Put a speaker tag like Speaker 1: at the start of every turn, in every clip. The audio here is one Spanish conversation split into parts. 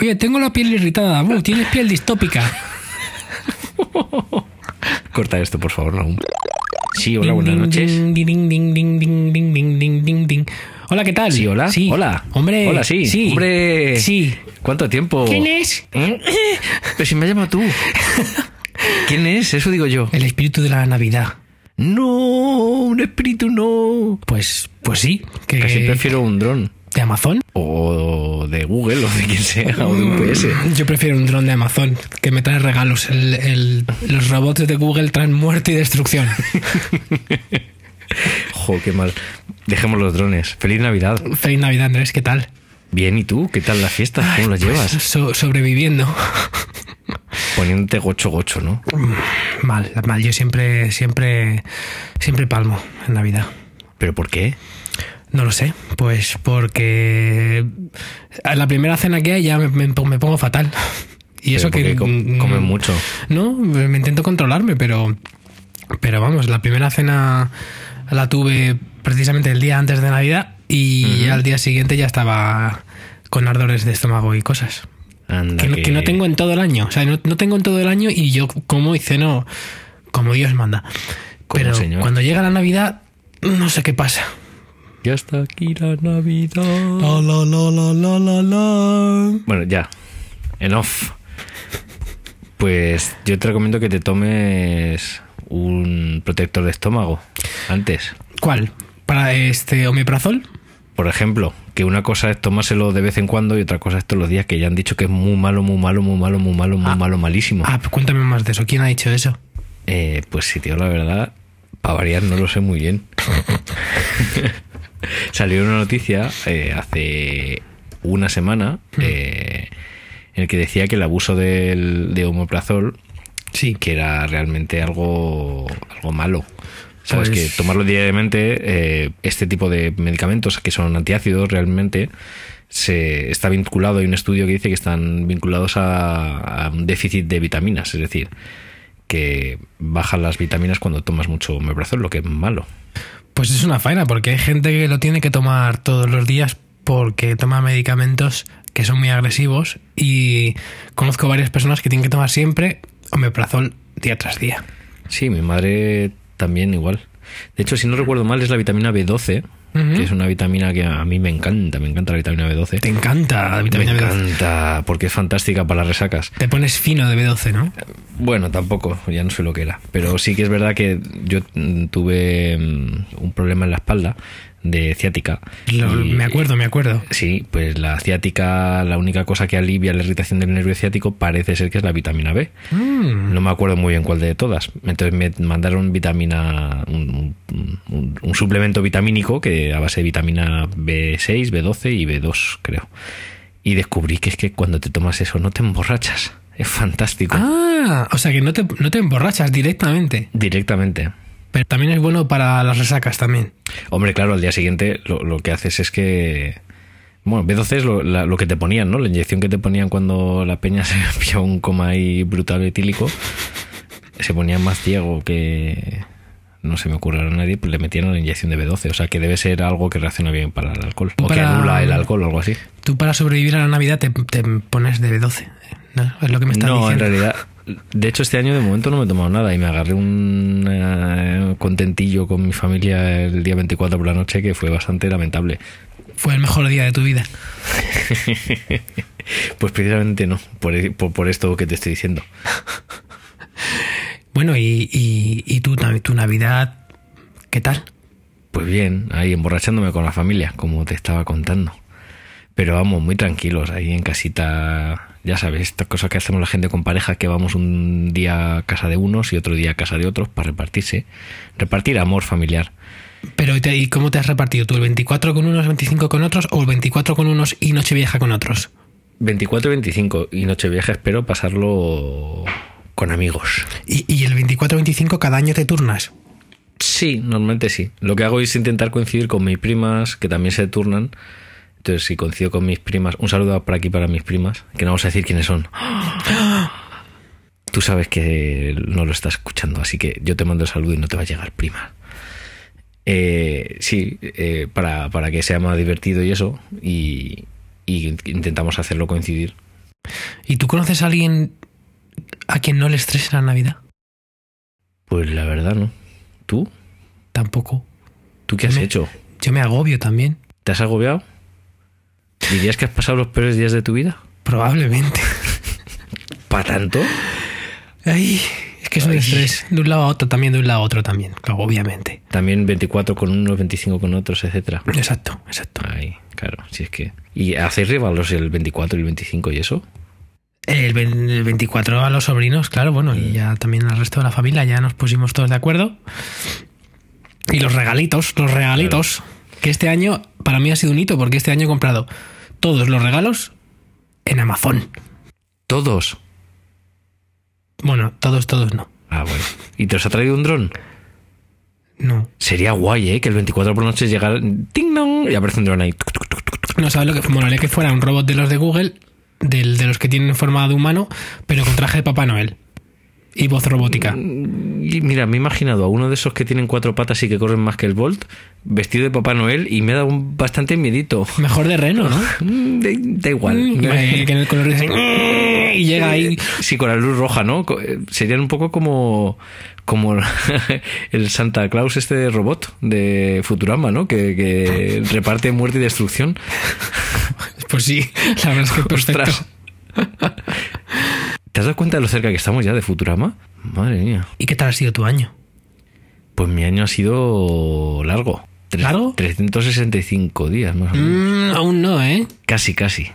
Speaker 1: Oye, tengo la piel irritada. Uh, tienes piel distópica.
Speaker 2: Corta esto, por favor, Raúl. Sí, hola, buenas
Speaker 1: Ding,
Speaker 2: noches.
Speaker 1: ding, ding, ding, ding, ding, ding, ding, ding, ding, ding. Hola, ¿qué tal?
Speaker 2: Sí, hola.
Speaker 1: Sí.
Speaker 2: Hola.
Speaker 1: Hombre.
Speaker 2: Hola, sí.
Speaker 1: Sí.
Speaker 2: Hombre.
Speaker 1: Sí.
Speaker 2: ¿Cuánto tiempo?
Speaker 1: ¿Quién es?
Speaker 2: ¿Eh? Pero si me has llamado tú. ¿Quién es? Eso digo yo.
Speaker 1: El espíritu de la Navidad.
Speaker 2: No, un espíritu no.
Speaker 1: Pues, pues sí. Que
Speaker 2: Casi prefiero un dron.
Speaker 1: ¿De Amazon?
Speaker 2: O de Google, o de quien sea, o de
Speaker 1: Mm.
Speaker 2: UPS.
Speaker 1: Yo prefiero un dron de Amazon que me trae regalos. El- el- los robots de Google traen muerte y destrucción.
Speaker 2: Jo, qué mal. Dejemos los drones. Feliz Navidad.
Speaker 1: Feliz Navidad, Andrés. ¿Qué tal?
Speaker 2: Bien, ¿y tú? ¿Qué tal la fiesta? ¿Cómo la
Speaker 1: pues,
Speaker 2: llevas?
Speaker 1: So- sobreviviendo.
Speaker 2: Poniéndote gocho gocho, ¿no?
Speaker 1: Mal, mal. Yo siempre, siempre, siempre palmo en Navidad.
Speaker 2: ¿Pero por qué?
Speaker 1: No lo sé, pues porque a la primera cena que hay ya me, me- me pongo fatal. Y
Speaker 2: Pero
Speaker 1: eso que
Speaker 2: porque com-
Speaker 1: mm,
Speaker 2: comen mucho.
Speaker 1: No, me me intento controlarme, pero pero vamos, la primera cena la tuve precisamente el día antes de Navidad y al día siguiente ya estaba con ardores de estómago y cosas.
Speaker 2: Anda,
Speaker 1: Que, no- que no tengo en todo el año. O sea, no, no tengo en todo el año y yo como y ceno como Dios manda.
Speaker 2: Como
Speaker 1: Pero
Speaker 2: señor.
Speaker 1: cuando llega la Navidad, no sé qué pasa.
Speaker 2: Ya está aquí la Navidad. Bueno, ya. Enough. Pues yo te recomiendo que te tomes un protector de estómago antes.
Speaker 1: ¿Cuál? ¿Para este omeprazol?
Speaker 2: Por ejemplo, que una cosa es tomárselo de vez en cuando y otra cosa es todos los días, que ya han dicho que es muy malo, muy malo, muy malo, muy malo, muy malo, malísimo.
Speaker 1: Ah, pues cuéntame más de eso. ¿Quién ha dicho eso?
Speaker 2: Eh, pues sí, tío, la verdad, para variar no lo sé muy bien. Salió una noticia eh, hace una semana
Speaker 1: Hmm.
Speaker 2: eh, en el que decía que el abuso del, de omeprazol
Speaker 1: Sí.
Speaker 2: que era realmente algo, algo malo. Sabes
Speaker 1: Pues-
Speaker 2: que tomarlo diariamente, eh, este tipo de medicamentos que son antiácidos realmente, se está vinculado, hay un estudio que dice que están vinculados a, a un déficit de vitaminas, es decir, que bajan las vitaminas cuando tomas mucho omeprazol, lo que es malo.
Speaker 1: Pues es una faena, porque hay gente que lo tiene que tomar todos los días porque toma medicamentos que son muy agresivos y conozco varias personas que tienen que tomar siempre omeprazol día tras día.
Speaker 2: Sí, mi madre también igual. De hecho, si no recuerdo mal, es la vitamina B12,
Speaker 1: Ujú.
Speaker 2: que es una vitamina que a mí me encanta, me encanta la vitamina B12.
Speaker 1: ¿Mm? Te encanta la vitamina
Speaker 2: me
Speaker 1: B12.
Speaker 2: encanta, porque es fantástica para las resacas.
Speaker 1: Te pones fino de B12, ¿no?
Speaker 2: Bueno, tampoco, ya no sé lo que era. Pero sí que es verdad que yo mm, tuve mm, un problema en la espalda de ciática.
Speaker 1: Lo-
Speaker 2: Y-
Speaker 1: me acuerdo, me acuerdo.
Speaker 2: Sí, pues la ciática, la única cosa que alivia la irritación del nervio ciático parece ser que es la vitamina B. No me acuerdo muy bien cuál de todas. Entonces me mandaron vitamina, un, un- un- un suplemento vitamínico que a base de vitamina B6, B12 y B2, creo. Y descubrí que es que cuando te tomas eso no te emborrachas. Es fantástico.
Speaker 1: Ah, o sea que no te, no te emborrachas directamente.
Speaker 2: Directamente.
Speaker 1: Pero también es bueno para las resacas también.
Speaker 2: Hombre, claro, al día siguiente lo, lo que haces es que. Bueno, B12 es lo, la- lo que te ponían, ¿no? La inyección que te ponían cuando la peña se pilló un coma ahí brutal etílico. Se ponía más ciego que. No se me ocurre a nadie, pues le metieron la inyección de B12. O sea que debe ser algo que reacciona bien para el alcohol. O que
Speaker 1: Para-
Speaker 2: anula el alcohol o algo así.
Speaker 1: Tú para sobrevivir a la Navidad te, te pones de B12. ¿no? Es lo que me estás
Speaker 2: No, en
Speaker 1: diciendo.
Speaker 2: realidad. De hecho, este año de momento no me he tomado nada y me agarré un eh, contentillo con mi familia el día 24 por la noche que fue bastante lamentable.
Speaker 1: Fue el mejor día de tu vida.
Speaker 2: Pues precisamente no, por, por- por esto que te estoy diciendo.
Speaker 1: Bueno, y, y, y tú, na- tu Navidad, ¿qué tal?
Speaker 2: Pues bien, ahí emborrachándome con la familia, como te estaba contando. Pero vamos, muy tranquilos, ahí en casita, ya sabes, estas cosas que hacemos la gente con pareja, que vamos un día a casa de unos y otro día a casa de otros para repartirse, repartir amor familiar.
Speaker 1: Pero ¿y te- ¿y cómo te has repartido? ¿Tú el 24 con unos, 25 con otros o el 24 con unos y Nochevieja con otros?
Speaker 2: 24 y 25 y Nochevieja espero pasarlo con amigos.
Speaker 1: Y, y el 24-25 cada año te turnas.
Speaker 2: Sí, normalmente sí. Lo que hago es intentar coincidir con mis primas, que también se turnan. Entonces, si coincido con mis primas, un saludo para aquí para mis primas, que no vamos a decir quiénes son. Tú sabes que no lo estás escuchando, así que yo te mando el saludo y no te va a llegar, prima. Eh, sí, eh, para, para que sea más divertido y eso, y, y intentamos hacerlo coincidir.
Speaker 1: ¿Y tú conoces a alguien a quien no le estrese la Navidad?
Speaker 2: Pues la verdad, ¿no? ¿Tú?
Speaker 1: Tampoco.
Speaker 2: ¿Tú qué has
Speaker 1: Me-
Speaker 2: hecho?
Speaker 1: Yo me agobio también,
Speaker 2: ¿Te has agobiado? ¿Dirías que has pasado los peores días de tu vida?
Speaker 1: probablemente.
Speaker 2: ¿Para tanto?
Speaker 1: Ay, es que es un
Speaker 2: Ay.
Speaker 1: estrés de un lado a otro también, de un lado a otro también, claro, obviamente.
Speaker 2: También 24 con unos, 25 con otros, etcétera.
Speaker 1: Exacto, exacto.
Speaker 2: Ay, claro, si es que... ¿Y hacéis regalos el 24 y el 25 y eso?
Speaker 1: El, ven- el 24 a los sobrinos, claro, bueno, y ya también al resto de la familia, ya nos pusimos todos de acuerdo. Y los regalitos, los regalitos, que este año para mí ha sido un hito, porque este año he comprado todos los regalos en Amazon.
Speaker 2: ¿Todos?
Speaker 1: Bueno, todos, todos no.
Speaker 2: Ah, bueno. ¿Y te los ha traído un dron?
Speaker 1: No.
Speaker 2: Sería guay, ¿eh? Que el 24 por la noche llegara... ¡Ting dong! Y aparece un dron ahí. Tuc, tuc, tuc, tuc, tuc.
Speaker 1: No sabes lo que molaría que fuera un robot de los de Google, del, de los que tienen forma de humano, pero con traje de Papá Noel. Y voz robótica.
Speaker 2: Y mira, me he imaginado a uno de esos que tienen cuatro patas y que corren más que el Bolt, vestido de Papá Noel, y me da un bastante miedito.
Speaker 1: Mejor de reno, ¿no?
Speaker 2: Mm, Da, da igual.
Speaker 1: Que que en el color "Mm". dice, y llega ahí.
Speaker 2: Sí, con la luz roja, ¿no? Co- eh, Serían un poco como, como el Santa Claus, este robot de Futurama, ¿no? Que, que reparte muerte y destrucción.
Speaker 1: Pues sí, la verdad es que perfecto.
Speaker 2: Ostras. ¿Te has dado cuenta de lo cerca que estamos ya de Futurama? Madre mía.
Speaker 1: ¿Y qué tal ha sido tu año?
Speaker 2: Pues mi año ha sido largo. Tres-
Speaker 1: ¿Largo?
Speaker 2: 365 días, más o menos.
Speaker 1: Mm, aún no, ¿eh?
Speaker 2: Casi, casi.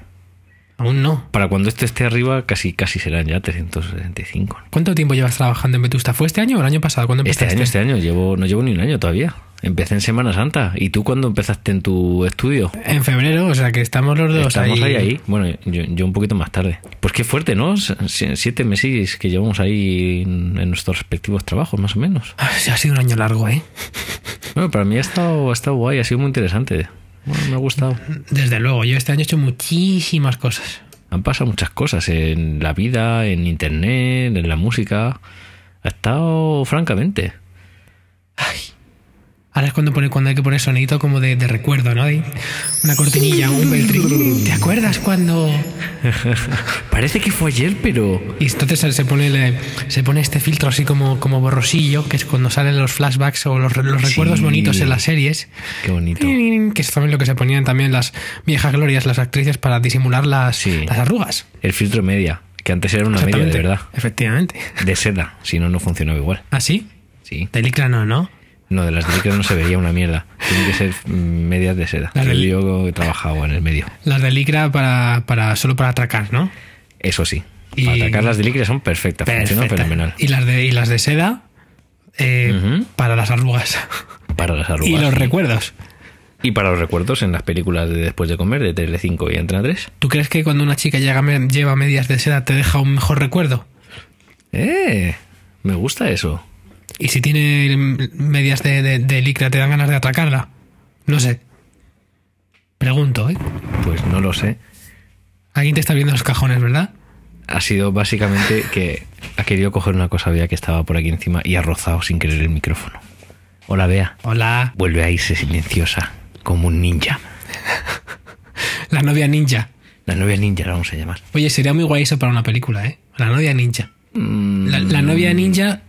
Speaker 1: Aún no.
Speaker 2: Para cuando este esté arriba, casi, casi serán ya 365.
Speaker 1: ¿Cuánto tiempo llevas trabajando en Vetusta? ¿Fue este año o el año pasado? ¿Cuándo
Speaker 2: Este
Speaker 1: empezaste?
Speaker 2: año, este año, llevo, no llevo ni un año todavía. Empecé en Semana Santa. ¿Y tú cuándo empezaste en tu estudio?
Speaker 1: En febrero, o sea que estamos los dos
Speaker 2: Estamos ahí,
Speaker 1: ahí.
Speaker 2: ahí. Bueno, yo, yo un poquito más tarde. Pues qué fuerte, ¿no? S- si- Siete meses que llevamos ahí en, en nuestros respectivos trabajos, más o menos.
Speaker 1: Ah, sí, Ha sido un año largo, ¿eh?
Speaker 2: Bueno, para mí ha estado, ha estado guay, ha sido muy interesante. Bueno, me ha gustado.
Speaker 1: Desde luego, yo este año he hecho muchísimas cosas.
Speaker 2: Han pasado muchas cosas en la vida, en internet, en la música. Ha estado, francamente.
Speaker 1: Ahora es cuando, pone, cuando hay que poner sonidito como de, de recuerdo, ¿no? De una cortinilla, un beltrín. ¿Te acuerdas cuando...?
Speaker 2: Parece que fue ayer, pero.
Speaker 1: Y entonces se- se pone, el- se pone este filtro así como, como borrosillo, que es cuando salen los flashbacks o los, re- los recuerdos
Speaker 2: Sí.
Speaker 1: bonitos en las series.
Speaker 2: Qué bonito.
Speaker 1: Que es también lo que se ponían también las viejas glorias, las actrices, para disimular las,
Speaker 2: Sí.
Speaker 1: las arrugas.
Speaker 2: El filtro media, que antes era una media, de
Speaker 1: Exactamente.
Speaker 2: verdad.
Speaker 1: Efectivamente. Ah,
Speaker 2: De seda, si no, no funcionaba igual.
Speaker 1: ¿Así?
Speaker 2: Sí.
Speaker 1: Delicra no, ¿no?
Speaker 2: No, de las de licra no se veía una mierda. Tienen que ser mm, medias de seda.
Speaker 1: Las de
Speaker 2: El
Speaker 1: li-
Speaker 2: lío he trabajado en el medio.
Speaker 1: Las de licra para, para, solo para atracar, ¿no?
Speaker 2: Eso sí.
Speaker 1: Y-
Speaker 2: Para atacar las de licra son perfectas. Funcionan
Speaker 1: Perfecta.
Speaker 2: fenomenal.
Speaker 1: Y las de, y las de seda eh,
Speaker 2: Ujú.
Speaker 1: para las arrugas.
Speaker 2: Para las arrugas.
Speaker 1: Y los
Speaker 2: sí.
Speaker 1: recuerdos.
Speaker 2: Y para los recuerdos en las películas de Después de Comer, de Telecinco y Antena 3.
Speaker 1: ¿Tú crees que cuando una chica llega, me- lleva medias de seda te deja un mejor recuerdo?
Speaker 2: ¡Eh! Me gusta eso.
Speaker 1: ¿Y si tiene mm, medias de, de, de licra te dan ganas de atracarla? No sé. Pregunto, ¿eh?
Speaker 2: Pues no lo sé.
Speaker 1: Alguien te está viendo los cajones, ¿verdad?
Speaker 2: Ha sido básicamente que ha querido coger una cosa Bea que estaba por aquí encima y ha rozado sin querer el micrófono. Hola Bea.
Speaker 1: Hola,
Speaker 2: Vuelve a irse silenciosa, como un ninja.
Speaker 1: la novia ninja.
Speaker 2: La novia ninja la vamos a llamar.
Speaker 1: Oye, sería muy guay eso para una película, ¿eh? La novia ninja. La, la novia ninja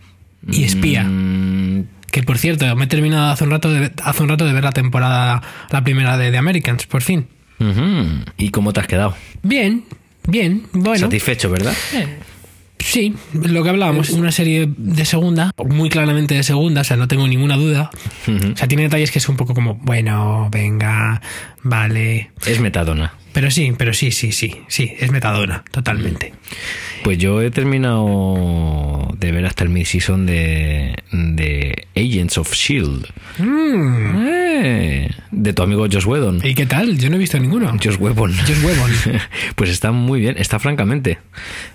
Speaker 1: y espía.
Speaker 2: Mm,
Speaker 1: Que por cierto, me he terminado hace un rato de, hace un rato de ver la temporada, la primera de The Americans, por fin.
Speaker 2: ujú. ¿Y cómo te has quedado?
Speaker 1: Bien, bien, bueno. Eh,
Speaker 2: Satisfecho, ¿verdad?
Speaker 1: Sí, lo que hablábamos, una serie de segunda, muy claramente de segunda, o sea, no tengo ninguna duda. O sea, tiene detalles que es un poco como, bueno, venga, vale.
Speaker 2: Es metadona.
Speaker 1: Pero sí, pero sí, sí, sí, sí, es metadona, totalmente.
Speaker 2: Pues yo he terminado de ver hasta el mid-season de, de Agents of Shield. E
Speaker 1: Mm. Ah.
Speaker 2: Eh, de tu amigo Josh Whedon.
Speaker 1: ¿Y qué tal? Yo no he visto ninguno.
Speaker 2: Josh Whedon.
Speaker 1: Yo es huevón.
Speaker 2: pues está muy bien, está francamente.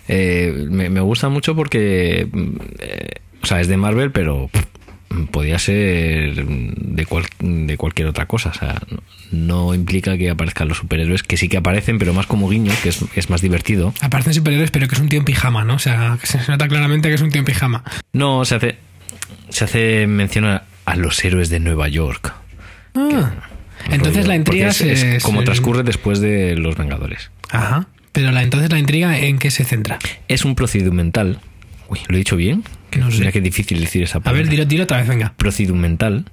Speaker 2: Eh, me, me gusta mucho porque. mm, eh, o sea, es de Marvel, pero pff, podía ser mm, de, cual- de cualquier otra cosa. O sea, no, no implica que aparezcan los superhéroes, que sí que aparecen, pero más como guiño, que es, es más divertido.
Speaker 1: Aparecen superhéroes, pero que es un tío en pijama, ¿no? O sea, que se nota claramente que es un tío en pijama.
Speaker 2: No, se hace, se hace mención a, a los héroes de Nueva York.
Speaker 1: Ah, Entonces
Speaker 2: Rollo,
Speaker 1: la intriga
Speaker 2: porque es, es como
Speaker 1: el-
Speaker 2: transcurre después de Los Vengadores.
Speaker 1: Ajá. Pero la, entonces la intriga en qué se centra.
Speaker 2: Es un procedimental. Uy, ¿lo he dicho bien? Que
Speaker 1: No sé.
Speaker 2: Mira qué difícil decir esa
Speaker 1: A
Speaker 2: palabra.
Speaker 1: ver, dilo, dilo otra vez, venga.
Speaker 2: Procedimental.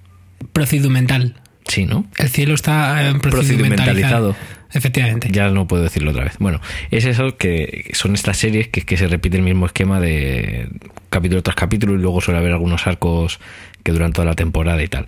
Speaker 1: Procedumental.
Speaker 2: Sí, ¿no?
Speaker 1: El cielo está eh,
Speaker 2: Procedimentalizado.
Speaker 1: procedimentalizado. Efectivamente.
Speaker 2: Ya no puedo decirlo otra vez. Bueno, es eso que son estas series que, que se repite el mismo esquema de capítulo tras capítulo y luego suele haber algunos arcos que duran toda la temporada y tal.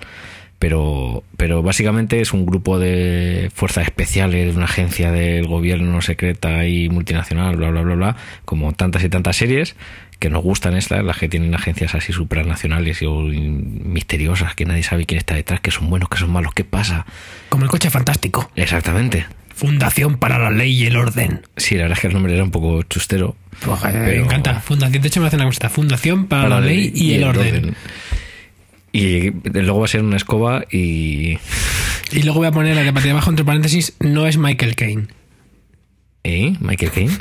Speaker 2: Pero, pero básicamente es un grupo de fuerzas especiales, de una agencia del gobierno secreta y multinacional, bla, bla, bla, bla, como tantas y tantas series que nos gustan estas, las que tienen agencias así supranacionales y o misteriosas, que nadie sabe quién está detrás, que son buenos, que son malos, qué pasa.
Speaker 1: Como el coche fantástico.
Speaker 2: Exactamente.
Speaker 1: Fundación para la ley y el orden.
Speaker 2: Sí, la verdad es que el nombre era un poco chustero.
Speaker 1: Pues, eh, Me
Speaker 2: pero-
Speaker 1: encanta. Fundación. De hecho, me hace una cosita. Fundación para, Ah, la ley y, el, orden.
Speaker 2: Y luego va a ser una escoba y.
Speaker 1: Y luego voy a poner la que parte de abajo, entre paréntesis, no es Michael Caine.
Speaker 2: ¿Eh? Michael Caine.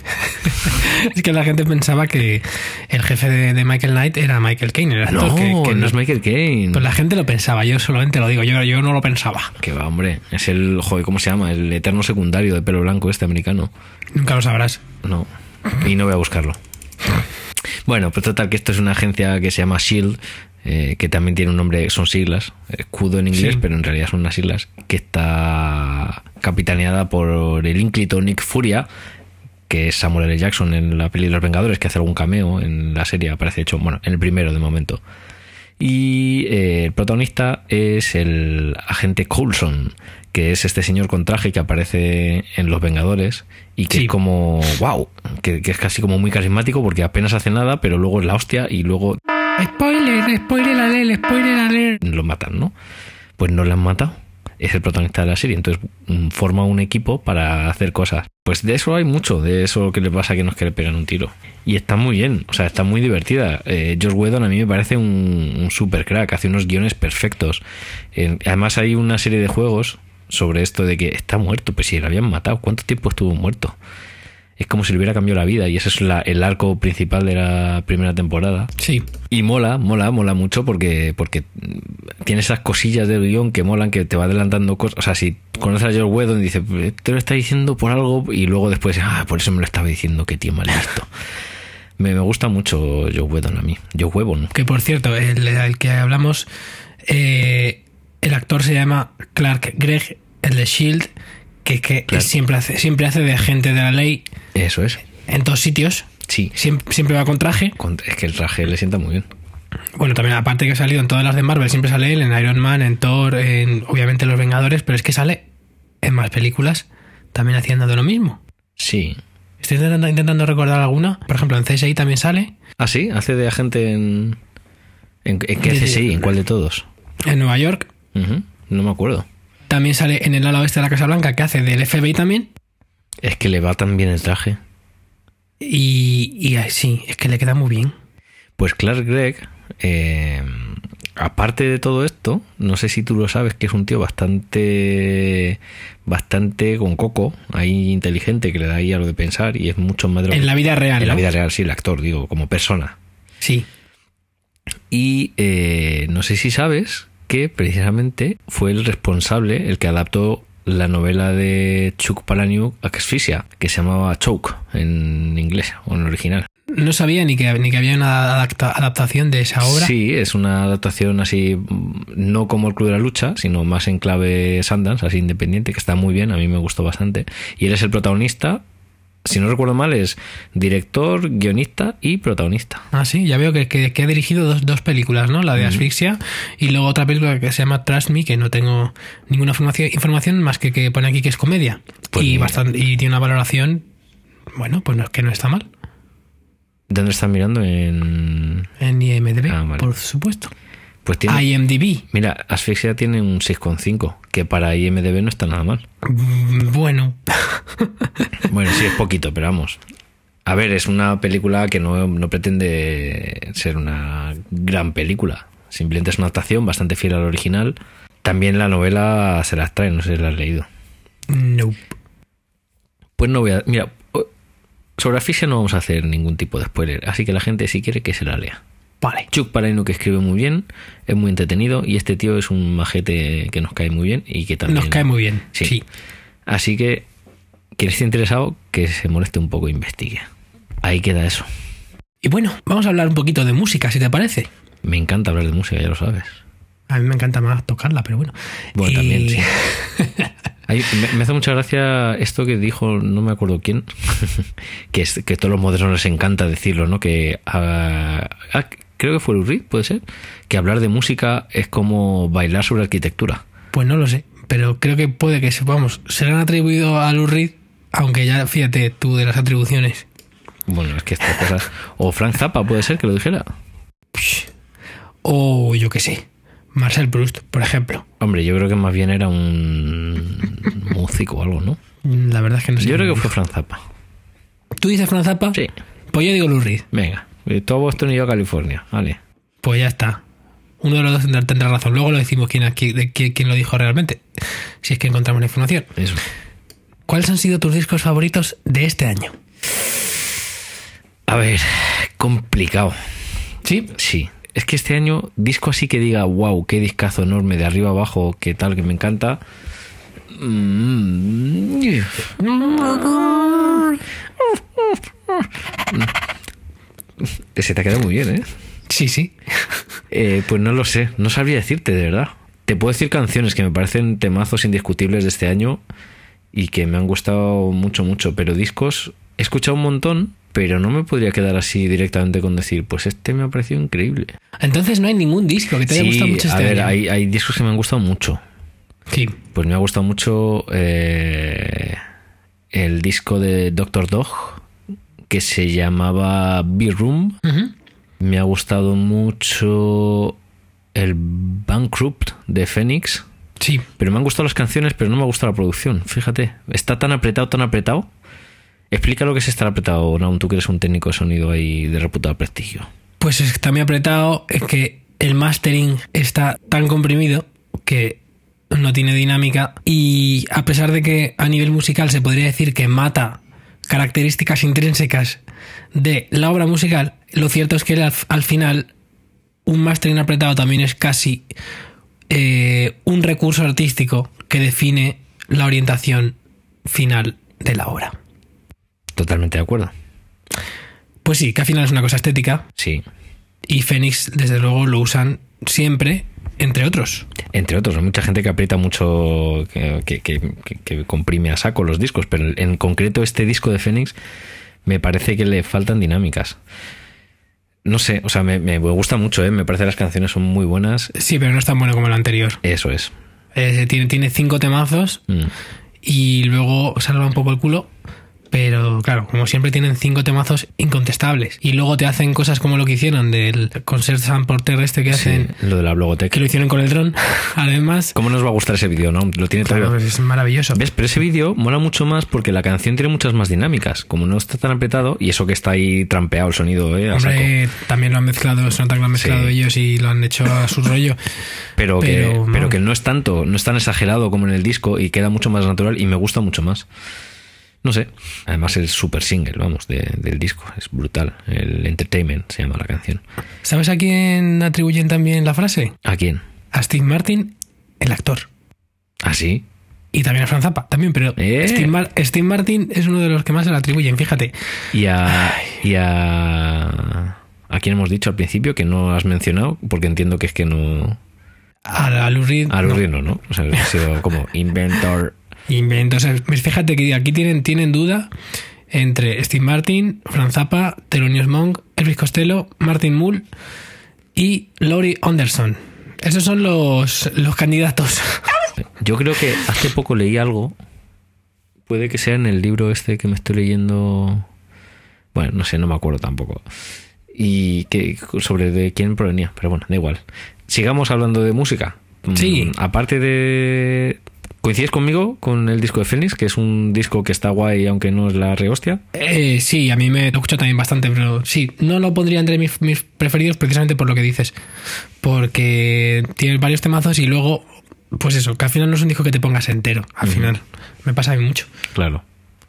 Speaker 1: Es que la gente pensaba que el jefe de, de Michael Knight era Michael Caine. el actor
Speaker 2: No,
Speaker 1: que, que
Speaker 2: no es Michael Caine.
Speaker 1: Pues la gente lo pensaba. Yo solamente lo digo. Yo, yo no lo pensaba.
Speaker 2: Que va, hombre. Es el. Joder, ¿cómo se llama? El eterno secundario de pelo blanco este americano.
Speaker 1: Nunca lo sabrás.
Speaker 2: No. Y no voy a buscarlo. Bueno, pues total, que esto es una agencia que se llama Shield, eh, que también tiene un nombre, son siglas, escudo en inglés,
Speaker 1: Sí.
Speaker 2: pero en realidad son unas siglas, que está capitaneada por el ínclito Nick Furia, que es Samuel L. Jackson en la peli Los Vengadores, que hace algún cameo en la serie, aparece de hecho, bueno, en el primero de momento. Y eh, el protagonista es el agente Coulson, que es este señor con traje que aparece en Los Vengadores y que
Speaker 1: Sí.
Speaker 2: es como, wow, que, que es casi como muy carismático porque apenas hace nada, pero luego es la hostia y luego
Speaker 1: Spoiler, spoiler alert, spoiler alert.
Speaker 2: lo matan, ¿no? Pues no lo han matado. Es el protagonista de la serie, entonces mm, forma un equipo para hacer cosas. Pues de eso hay mucho, de eso que le pasa que no es que le pegan un tiro. Y está muy bien, o sea, está muy divertida. Eh, George Whedon a mí me parece un, un super crack, hace unos guiones perfectos. Eh, además hay una serie de juegos sobre esto de que está muerto, pues si lo habían matado, ¿cuánto tiempo estuvo muerto? Es como si le hubiera cambiado la vida y ese es la- el arco principal de la primera temporada.
Speaker 1: Sí.
Speaker 2: Y mola, mola, mola mucho porque, porque tiene esas cosillas del guión que molan, que te va adelantando cosas. O sea, si conoces a George Whedon y dices, "Eh, te lo está diciendo por algo, y luego después, ah, por eso me lo estaba diciendo, qué tío mal listo. me, me gusta mucho George Whedon a mí. George Whedon.
Speaker 1: Que por cierto, el, el que hablamos, eh, el actor se llama Clark Gregg, el de Shield, E que, que
Speaker 2: Clark.
Speaker 1: siempre, hace, siempre hace de agente de la ley
Speaker 2: Eso es.
Speaker 1: en todos sitios.
Speaker 2: Sí.
Speaker 1: Siempre, siempre va con traje.
Speaker 2: Con- Es que el traje le sienta muy bien.
Speaker 1: Bueno, también aparte que ha salido en todas las de Marvel, siempre sale él en Iron Man, en Thor, en obviamente Los Vengadores, pero es que sale en más películas también haciendo de lo mismo.
Speaker 2: Sí.
Speaker 1: Estoy intentando, intentando recordar alguna. Por ejemplo, en CSI también sale.
Speaker 2: Ah, sí, hace de agente en. ¿En, en qué
Speaker 1: De-
Speaker 2: CSI? ¿En cuál de todos?
Speaker 1: En Nueva York.
Speaker 2: Ujú, No me acuerdo.
Speaker 1: También sale en el ala oeste de la Casa Blanca, que hace del FBI también.
Speaker 2: Es que le va tan bien el traje.
Speaker 1: Y, y ahí sí, es que le queda muy bien.
Speaker 2: Pues Clark Gregg, eh, aparte de todo esto, no sé si tú lo sabes, que es un tío bastante, bastante con coco, ahí inteligente, que le da ahí a lo de pensar y es mucho más de lo que-
Speaker 1: En la vida real,
Speaker 2: en la
Speaker 1: ¿no?
Speaker 2: vida real, sí, el actor, digo, como persona.
Speaker 1: Sí.
Speaker 2: Y eh, no sé si sabes que precisamente fue el responsable, el que adaptó la novela de Chuck Palahniuk, Asfixia, que se llamaba Choke en inglés o en original.
Speaker 1: No sabía ni que, ni que había una adapta- adaptación de esa obra.
Speaker 2: Sí, es una adaptación así, mm, no como el Club de la Lucha, sino más en clave Sundance, así independiente, que está muy bien, a mí me gustó bastante. Y él es el protagonista, si no recuerdo mal, es director, guionista y protagonista.
Speaker 1: Ah, sí, ya veo que, que- que ha dirigido dos, dos películas, ¿no? La de Asfixia y luego otra película que se llama Trust Me, que no tengo ninguna formaci- información más que que pone aquí que es comedia.
Speaker 2: Pues
Speaker 1: y,
Speaker 2: mira.
Speaker 1: bastante, y tiene una valoración, bueno, pues no, que no está mal.
Speaker 2: ¿Dónde estás mirando? En...
Speaker 1: En IMDB,
Speaker 2: Ah, vale.
Speaker 1: por supuesto.
Speaker 2: Pues tiene...
Speaker 1: IMDB.
Speaker 2: Mira, Asfixia tiene un 6,5, que para IMDB no está nada mal.
Speaker 1: Mm, Bueno,
Speaker 2: Bueno, sí, es poquito, pero vamos. A ver, es una película que no, no pretende ser una gran película. Simplemente es una adaptación bastante fiel al original. También la novela se las trae, no sé si la has leído.
Speaker 1: no.
Speaker 2: Pues no voy a. Mira, o- sobre Asfixia no vamos a hacer ningún tipo de spoiler, así que la gente, si quiere, que se la lea.
Speaker 1: Vale.
Speaker 2: Chuck Palahniuk que escribe muy bien, es muy entretenido y este tío es un majete que nos cae muy bien y que también.
Speaker 1: Nos cae muy bien.
Speaker 2: Sí.
Speaker 1: sí.
Speaker 2: Así que quien esté interesado que se moleste un poco e investigue. Ahí queda eso.
Speaker 1: Y bueno, vamos a hablar un poquito de música, si te parece.
Speaker 2: Me encanta hablar de música, ya lo sabes.
Speaker 1: A mí me encanta más tocarla, pero bueno.
Speaker 2: Bueno,
Speaker 1: Y-
Speaker 2: también, sí. Hay- me, me hace mucha gracia esto que dijo, no me acuerdo quién, que, es, que a todos los modernos les encanta decirlo, ¿no? Que ah, ah, creo que fue Ulrich, puede ser, que hablar de música es como bailar sobre arquitectura.
Speaker 1: Pues no lo sé, pero creo que puede que, se- vamos, se le han atribuido a Lou Reed, aunque ya fíjate tú de las atribuciones.
Speaker 2: Bueno, es que estas cosas. O Frank Zappa, puede ser que lo dijera.
Speaker 1: O yo qué sé, Marcel Proust, por ejemplo.
Speaker 2: Hombre, yo creo que más bien era un músico o algo, ¿no?
Speaker 1: Mm, La verdad es que no sé.
Speaker 2: Yo creo que fue Frank Zappa.
Speaker 1: ¿Tú dices Franz Zappa?
Speaker 2: Sí.
Speaker 1: Pues yo digo Lou Reed.
Speaker 2: Venga, eh, tú a Boston y yo a California, vale.
Speaker 1: Pues ya está. Uno de los dos tendrá, tendrá razón. Luego lo decimos quién, aquí- de qui- quién lo dijo realmente. Si es que encontramos la información.
Speaker 2: Eso.
Speaker 1: ¿Cuáles han sido tus discos favoritos de este año?
Speaker 2: A ver, complicado.
Speaker 1: Sí.
Speaker 2: Sí. Es que este año, disco así que diga, wow, qué discazo enorme, de arriba abajo, qué tal, que me encanta. Mm, Se te ha quedado muy bien, ¿eh?
Speaker 1: Sí, sí.
Speaker 2: Eh, Pues no lo sé, no sabría decirte, de verdad. Te puedo decir canciones que me parecen temazos indiscutibles de este año y que me han gustado mucho, mucho, pero discos he escuchado un montón, pero no me podría quedar así directamente con decir, pues este me ha parecido increíble.
Speaker 1: Entonces no hay ningún disco que te haya
Speaker 2: Sí,
Speaker 1: gustado mucho
Speaker 2: a
Speaker 1: este
Speaker 2: ver,
Speaker 1: año.
Speaker 2: Hay, hay discos que me han gustado mucho.
Speaker 1: Sí.
Speaker 2: Pues me ha gustado mucho eh, el disco de Doctor Dog que se llamaba B-Room.
Speaker 1: Ujú.
Speaker 2: Me ha gustado mucho el Bankrupt de Phoenix.
Speaker 1: Sí.
Speaker 2: Pero me han gustado las canciones, pero no me ha gustado la producción. Fíjate, está tan apretado, tan apretado. Explica lo que es estar apretado, Naum, tú que eres un técnico de sonido ahí de reputado prestigio.
Speaker 1: Pues es que está muy apretado, es que el mastering está tan comprimido que no tiene dinámica y a pesar de que a nivel musical se podría decir que mata características intrínsecas de la obra musical, lo cierto es que al, al final un mastering apretado también es casi eh, un recurso artístico que define la orientación final de la obra.
Speaker 2: Totalmente de acuerdo.
Speaker 1: Pues sí, que al final es una cosa estética,
Speaker 2: Sí.
Speaker 1: y Fénix, desde luego, lo usan siempre, entre otros.
Speaker 2: Entre otros, hay mucha gente que aprieta mucho, que, que- que- que comprime a saco los discos, pero en concreto este disco de Fénix me parece que le faltan dinámicas. No sé, o sea, me, me gusta mucho, ¿eh? me parece que las canciones son muy buenas.
Speaker 1: Sí, pero no es tan bueno como el anterior.
Speaker 2: Eso es.
Speaker 1: Eh, tiene, tiene cinco temazos
Speaker 2: Mm.
Speaker 1: y luego salva un poco el culo. Pero claro, como siempre tienen cinco temazos incontestables. Y luego te hacen cosas como lo que hicieron del concert San Porter este que
Speaker 2: Sí,
Speaker 1: hacen,
Speaker 2: lo de la blogoteca.
Speaker 1: que lo hicieron con el dron. Además,
Speaker 2: ¿Cómo nos va a gustar ese vídeo, no? Lo tiene todo.
Speaker 1: claro, es maravilloso.
Speaker 2: ¿Ves? Pero ese vídeo mola mucho más porque la canción tiene muchas más dinámicas. Como no está tan apretado, y eso que está ahí trampeado el sonido, ¿eh? A saco.
Speaker 1: Hombre, también lo han mezclado, se nota que lo han mezclado
Speaker 2: Sí.
Speaker 1: ellos y lo han hecho a su rollo.
Speaker 2: pero, que,
Speaker 1: Pero,
Speaker 2: pero
Speaker 1: no.
Speaker 2: que no es tanto, no es tan exagerado como en el disco y queda mucho más natural y me gusta mucho más. No sé, además el super single, vamos, de- del disco, es brutal. El Entertainment se llama la canción.
Speaker 1: ¿Sabes a quién atribuyen también la frase?
Speaker 2: ¿A quién?
Speaker 1: a Steve Martin, el actor.
Speaker 2: ¿Ah, sí?
Speaker 1: Y también a Franz Zappa, también, pero
Speaker 2: Eh.
Speaker 1: Steve, Mar- Steve Martin es uno de los que más se le atribuyen, fíjate.
Speaker 2: Y a. Y a. ¿A quién hemos dicho al principio que no has mencionado? Porque entiendo que es que no.
Speaker 1: A, a Lou Reed,
Speaker 2: A los
Speaker 1: no.
Speaker 2: no, ¿no? O sea, ha sido como Inventor.
Speaker 1: Y me- Entonces, pues, fíjate que aquí tienen, tienen duda entre Steve Martin, Franz Zappa, Thelonious Monk, Elvis Costello, Martin Mull y Laurie Anderson. Esos son los, los candidatos.
Speaker 2: Yo creo que hace poco leí algo. Puede que sea en el libro este que me estoy leyendo. Bueno, no sé, no me acuerdo tampoco. Y que sobre de quién provenía, pero bueno, da igual. Sigamos hablando de música. Mm,
Speaker 1: Sí.
Speaker 2: Aparte de. ¿Coincides conmigo con el disco de Fénix? Que es un disco que está guay, aunque no es la rehostia.
Speaker 1: Eh, sí, a mí me lo escucho también bastante, pero sí, no lo pondría entre mis, mis preferidos precisamente por lo que dices. Porque tiene varios temazos y luego, pues eso, que al final no es un disco que te pongas entero. Al final, me pasa a mí mucho.
Speaker 2: Claro.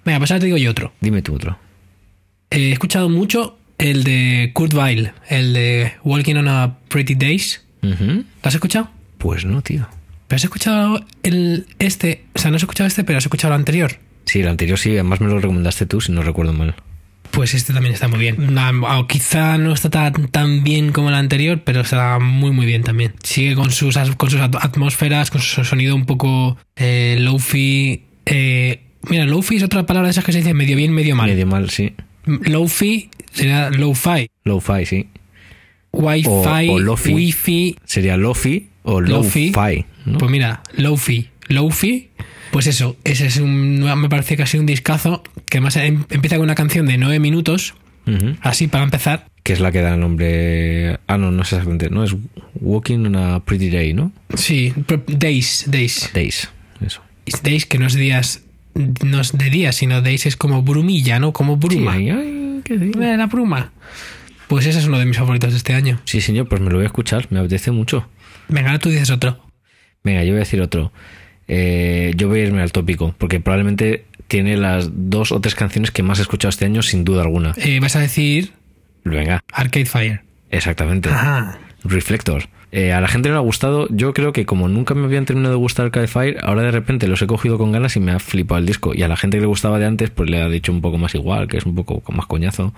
Speaker 1: Venga, pues ahora te digo yo otro. Eh,
Speaker 2: Dime tú otro.
Speaker 1: He escuchado mucho el de Kurt Weill, el de Walking on a Pretty Days.
Speaker 2: Ujú.
Speaker 1: ¿Lo has escuchado?
Speaker 2: Pues no, tío.
Speaker 1: ¿Pero has escuchado el este? O sea, no has escuchado este, pero has escuchado el anterior.
Speaker 2: Sí, el anterior sí, además me lo recomendaste tú, si no recuerdo mal.
Speaker 1: Pues este también está muy bien. La- o quizá no está tan, tan bien como el anterior, pero está muy muy bien también. Sigue con sus, as- con sus at- atmósferas, con su sonido un poco eh, lofi. Eh, mira, lofi es otra palabra de esas que se dice medio bien, medio mal.
Speaker 2: Medio mal, sí.
Speaker 1: Lofi sería lo-fi.
Speaker 2: Lo-fi, sí.
Speaker 1: Wi-fi,
Speaker 2: o lofi.
Speaker 1: Wi-Fi.
Speaker 2: Sería Lofi o
Speaker 1: Lo-fi.
Speaker 2: Lo-fi. ¿no?
Speaker 1: Pues mira, Lofi. Lofi. Pues eso, ese es un. Me parece casi un discazo. Que además em- empieza con una canción de nueve minutos.
Speaker 2: Ujú.
Speaker 1: Así para empezar.
Speaker 2: Que es la que da el nombre. Ah, no, no es exactamente. No, es Walking on a Pretty Day, ¿no?
Speaker 1: Sí, pro- days, days.
Speaker 2: Days. Eso.
Speaker 1: Days, que no es días. No es de días, sino days es como brumilla, ¿no? Como bruma.
Speaker 2: Ay, ay, qué bien.
Speaker 1: Eh, La bruma. Pues ese es uno de mis favoritos de este año.
Speaker 2: Sí, señor, pues me lo voy a escuchar. Me apetece mucho.
Speaker 1: Venga, ahora tú dices otro.
Speaker 2: Venga, yo voy a decir otro. Eh, yo voy a irme al tópico, porque probablemente tiene las dos o tres canciones que más he escuchado este año, sin duda alguna.
Speaker 1: Eh, vas a decir
Speaker 2: Venga,
Speaker 1: Arcade Fire.
Speaker 2: exactamente.
Speaker 1: Ajá.
Speaker 2: Reflector. Eh, a la gente no le ha gustado. Yo creo que como nunca me habían terminado de gustar Arcade Fire, ahora de repente los he cogido con ganas y me ha flipado el disco. Y a la gente que le gustaba de antes, pues le ha dicho un poco más igual, que es un poco más coñazo.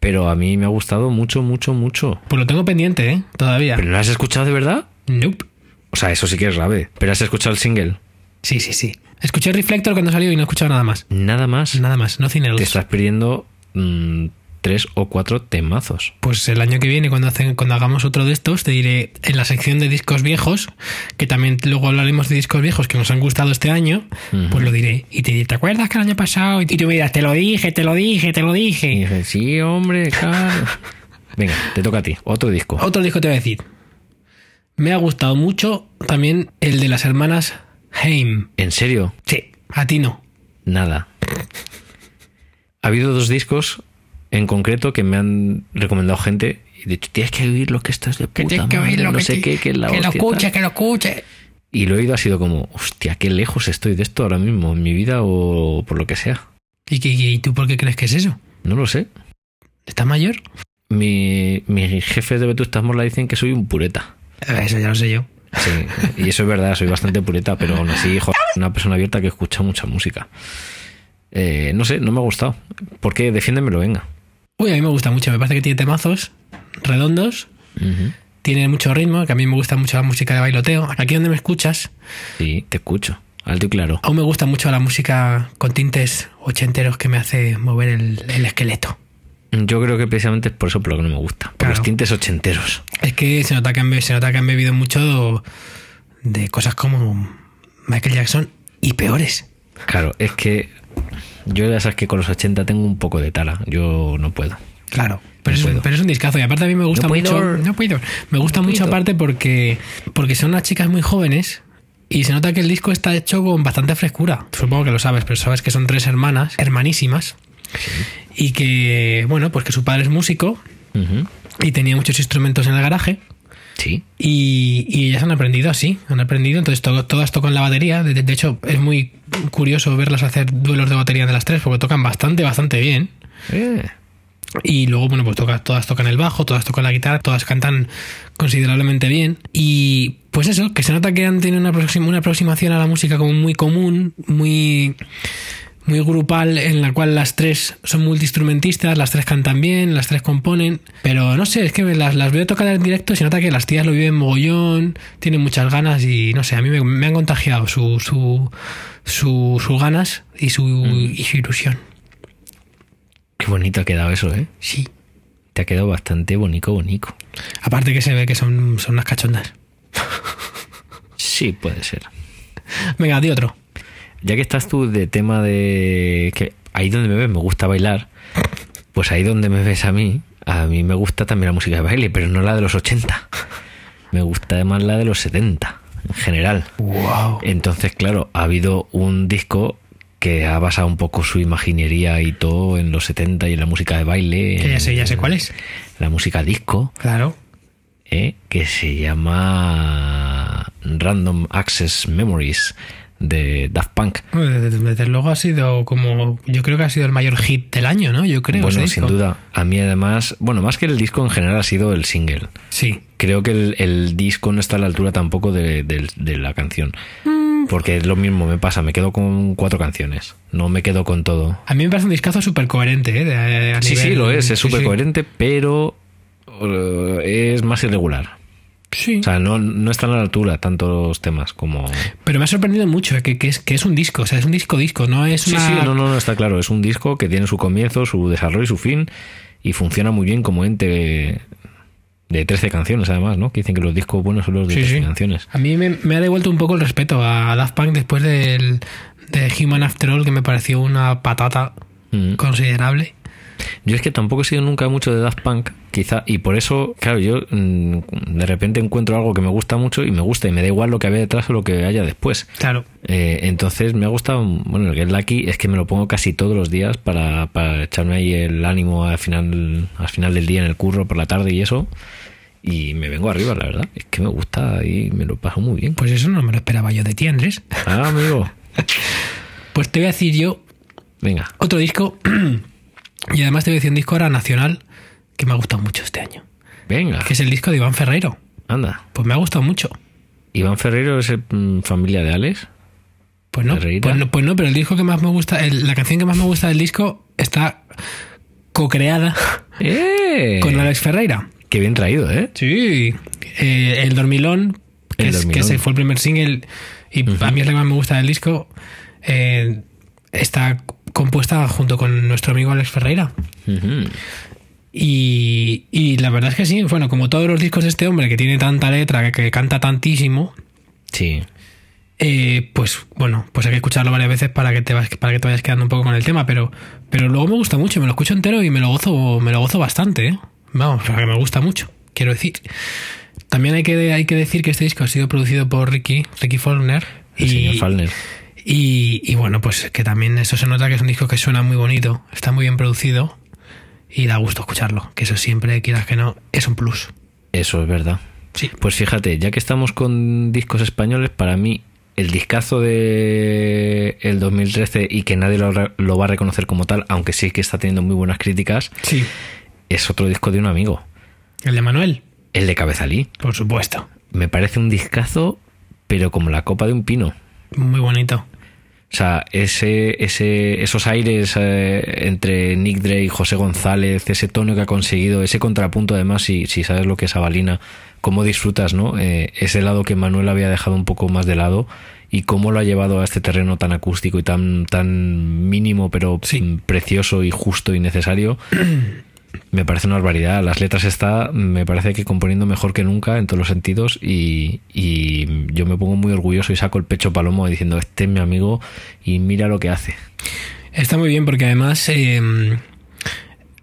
Speaker 2: Pero a mí me ha gustado mucho, mucho, mucho.
Speaker 1: Pues lo tengo pendiente, ¿eh? Todavía.
Speaker 2: ¿Pero no has escuchado de verdad?
Speaker 1: Nope.
Speaker 2: O sea, eso sí que es grave. ¿Pero has escuchado el single?
Speaker 1: Sí, sí, sí. Escuché Reflector cuando salió y no he escuchado nada más.
Speaker 2: Nada más.
Speaker 1: Nada más, nothing
Speaker 2: Te
Speaker 1: else.
Speaker 2: estás perdiendo mm, tres o cuatro temazos.
Speaker 1: Pues el año que viene, cuando, hacen, cuando hagamos otro de estos, te diré en la sección de discos viejos, que también luego hablaremos de discos viejos que nos han gustado este año, pues lo diré. Y te diré, ¿te acuerdas que el año pasado? Y tú me dirás, te lo dije, te lo dije, te lo
Speaker 2: Y
Speaker 1: dije.
Speaker 2: dije, sí, hombre, claro. Venga, te toca a ti. Otro disco.
Speaker 1: Otro disco te voy a decir. Me ha gustado mucho también el de las hermanas Haim.
Speaker 2: ¿En serio?
Speaker 1: Sí, a ti no.
Speaker 2: Nada. Ha habido dos discos en concreto que me han recomendado gente y he dicho, tienes que oír lo que estás de
Speaker 1: Que
Speaker 2: puta
Speaker 1: tienes que
Speaker 2: madre,
Speaker 1: oírlo,
Speaker 2: no
Speaker 1: que
Speaker 2: sé
Speaker 1: te-
Speaker 2: qué, que es la
Speaker 1: que lo
Speaker 2: hostia, tal".
Speaker 1: escuche, que lo escuche.
Speaker 2: Y lo he oído ha sido como, hostia, qué lejos estoy de esto ahora mismo, en mi vida o por lo que sea.
Speaker 1: ¿Y, qué- y tú por qué crees que es eso?
Speaker 2: No lo sé.
Speaker 1: ¿Estás mayor?
Speaker 2: Mi, mis jefes de Vetusta Morla dicen que soy un pureta.
Speaker 1: Eh, Eso ya lo sé yo.
Speaker 2: Sí, y eso es verdad, soy bastante pureta, pero aún así, joder, una persona abierta que escucha mucha música. Eh, no sé, no me ha gustado. Porque defiéndemelo, venga.
Speaker 1: Uy, a mí me gusta mucho. Me parece que tiene temazos redondos.
Speaker 2: Ujú.
Speaker 1: Tiene mucho ritmo, que a mí me gusta mucho la música de bailoteo. Aquí donde me escuchas,
Speaker 2: Sí, te escucho. Alto y claro.
Speaker 1: aún me gusta mucho la música con tintes ochenteros que me hace mover el, el esqueleto.
Speaker 2: Yo creo que precisamente es por eso por lo que no me gusta. Por
Speaker 1: Claro.
Speaker 2: los tintes ochenteros.
Speaker 1: Es que se nota que han, be- se nota que han bebido mucho de cosas como Michael Jackson y peores.
Speaker 2: Claro, es que yo ya sabes que con los 80 tengo un poco de tala. Yo no puedo.
Speaker 1: Claro. Pero,
Speaker 2: No
Speaker 1: es, un-
Speaker 2: puedo.
Speaker 1: pero es un discazo y aparte a mí me gusta
Speaker 2: No
Speaker 1: mucho.
Speaker 2: puedo.
Speaker 1: No puedo. Me gusta mucho
Speaker 2: puedo.
Speaker 1: aparte porque, porque son unas chicas muy jóvenes y se nota que el disco está hecho con bastante frescura. Supongo que lo sabes, pero sabes que son tres hermanas, hermanísimas. Y que, bueno, pues que su padre es músico
Speaker 2: Ujú.
Speaker 1: y tenía muchos instrumentos en el garaje.
Speaker 2: Sí.
Speaker 1: Y, y ellas han aprendido así, han aprendido, entonces to- todas tocan la batería, de, de hecho es muy curioso verlas hacer duelos de batería de las tres, porque tocan bastante, bastante bien.
Speaker 2: Eh,
Speaker 1: Y luego, bueno, pues toca- todas tocan el bajo, todas tocan la guitarra, todas cantan considerablemente bien. Y pues eso, que se nota que han tenido una, aproxim- una aproximación a la música como muy común, muy, muy grupal, en la cual las tres son multiinstrumentistas, las tres cantan bien, las tres componen. Pero no sé, es que las, las veo tocar en directo y se nota que las tías lo viven mogollón, tienen muchas ganas y no sé, a mí me, me han contagiado su, su, su- sus ganas y su, y su ilusión.
Speaker 2: qué bonito ha quedado eso, ¿eh?
Speaker 1: Sí.
Speaker 2: Te ha quedado bastante bonito, bonito.
Speaker 1: Aparte que se ve que son, son unas cachondas.
Speaker 2: Sí, puede ser.
Speaker 1: Venga, di otro.
Speaker 2: Ya que estás tú de tema de que ahí donde me ves me gusta bailar, pues ahí donde me ves a mí, a mí me gusta también la música de baile, pero no la de los 80. Me gusta además la de los 70, en general.
Speaker 1: Wow.
Speaker 2: Entonces, claro, ha habido un disco que ha basado un poco su imaginería y todo en los 70 y en la música de baile.
Speaker 1: Que ya sé,
Speaker 2: en
Speaker 1: ya sé cuál es.
Speaker 2: La música disco,
Speaker 1: Claro.
Speaker 2: ¿eh? que se llama Random Access Memories de Daft Punk.
Speaker 1: Desde, desde luego ha sido como. Yo creo que ha sido el mayor hit del año, ¿no? Yo creo. ¿eh?
Speaker 2: Bueno,
Speaker 1: ese
Speaker 2: sin
Speaker 1: disco.
Speaker 2: duda. A mí además, bueno, más que el disco en general ha sido el single.
Speaker 1: Sí.
Speaker 2: Creo que el, el disco no está a la altura tampoco de, del- de la canción.
Speaker 1: Mm,
Speaker 2: Porque es lo mismo, me pasa, me quedo con cuatro canciones, no me quedo con todo.
Speaker 1: A mí me parece un discazo súper coherente, ¿eh? De- a
Speaker 2: Sí,
Speaker 1: nivel-
Speaker 2: sí, lo es, es
Speaker 1: sí,
Speaker 2: súper
Speaker 1: sí.
Speaker 2: coherente, pero eh, es más irregular.
Speaker 1: Sí.
Speaker 2: O sea, no, no están a la altura tanto los temas como...
Speaker 1: Pero me ha sorprendido mucho eh, que, que es, que es un disco, o sea, es un disco disco, no es
Speaker 2: Sí,
Speaker 1: una...
Speaker 2: sí, no, no, no, está claro. Es un disco que tiene su comienzo, su desarrollo y su fin. Y funciona muy bien como ente de 13 canciones, además, ¿no? Que dicen que los discos buenos son los de
Speaker 1: Sí,
Speaker 2: 13
Speaker 1: sí.
Speaker 2: canciones.
Speaker 1: A mí me, me ha devuelto un poco el respeto a Daft Punk después del, de Human After All, que me pareció una patata
Speaker 2: Mm.
Speaker 1: considerable.
Speaker 2: Yo es que tampoco he sido nunca mucho de Daft Punk, quizá, y por eso, claro, yo mm, de repente encuentro algo que me gusta mucho y me gusta, y me da igual lo que había detrás o lo que haya después.
Speaker 1: Claro.
Speaker 2: Eh, entonces me ha gustado, bueno, el Get Lucky es que me lo pongo casi todos los días para, para echarme ahí el ánimo al final, al final del día en el curro, por la tarde y eso. Y me vengo arriba, la verdad. Es que me gusta y me lo paso muy bien.
Speaker 1: Pues eso no me lo esperaba yo de ti, Andrés.
Speaker 2: Ah, amigo.
Speaker 1: Pues te voy a decir yo
Speaker 2: Venga.
Speaker 1: otro disco, y además te voy a decir un disco ahora nacional que me ha gustado mucho este año,
Speaker 2: Venga.
Speaker 1: que es el disco de Iván Ferreiro.
Speaker 2: Anda.
Speaker 1: Pues me ha gustado mucho.
Speaker 2: Iván Ferrero es el, mm, familia de Alex.
Speaker 1: Pues no,
Speaker 2: Ferreira.
Speaker 1: pues no, pues no, pero el disco que más me gusta, el- la canción que más me gusta del disco está co-creada
Speaker 2: ¡Eh!
Speaker 1: con Alex Ferreira.
Speaker 2: Qué bien traído, ¿eh?
Speaker 1: Sí. Eh, el Dormilón, que,
Speaker 2: El
Speaker 1: es-
Speaker 2: Dormilón.
Speaker 1: que ese fue el primer single y a mí es la que más me gusta del disco, eh, está compuesta junto con nuestro amigo Alex Ferreira.
Speaker 2: Ujú.
Speaker 1: Y, y la verdad es que sí, bueno, como todos los discos de este hombre que tiene tanta letra, que, que canta tantísimo,
Speaker 2: Sí.
Speaker 1: eh, pues bueno, pues hay que escucharlo varias veces para que te vas, para que te vayas quedando un poco con el tema, pero, pero luego me gusta mucho, me lo escucho entero y me lo gozo, me lo gozo bastante, ¿eh? Vamos, o sea, que me gusta mucho, quiero decir. También hay que, hay que decir que este disco ha sido producido por Ricky, Ricky Faulkner.
Speaker 2: El señor Falner.
Speaker 1: Y, y bueno, pues que también eso se nota que es un disco que suena muy bonito, está muy bien producido y da gusto escucharlo, que eso siempre, quieras que no, es un plus.
Speaker 2: Eso es verdad.
Speaker 1: Sí.
Speaker 2: Pues fíjate, ya que estamos con discos españoles, para mí el discazo de el 2013 y que nadie lo, re- lo va a reconocer como tal, aunque sí que está teniendo muy buenas críticas,
Speaker 1: Sí.
Speaker 2: es otro disco de un amigo,
Speaker 1: El de Manuel,
Speaker 2: el de Cabezalí.
Speaker 1: por supuesto.
Speaker 2: Me parece un discazo, pero como la copa de un pino.
Speaker 1: Muy bonito.
Speaker 2: O sea, ese, ese, esos aires eh, entre Nick Drake y José González, ese tono que ha conseguido, ese contrapunto, además, si, si sabes lo que es Avalina, cómo disfrutas, ¿no? Eh, ese lado que Manuel había dejado un poco más de lado y cómo lo ha llevado a este terreno tan acústico y tan, tan mínimo, pero
Speaker 1: Sí.
Speaker 2: mm, precioso y justo y necesario. Me parece una barbaridad. Las letras está, me parece que componiendo mejor que nunca en todos los sentidos y, y yo me pongo muy orgulloso y saco el pecho palomo diciendo, este es mi amigo y mira lo que hace.
Speaker 1: Está muy bien porque además eh,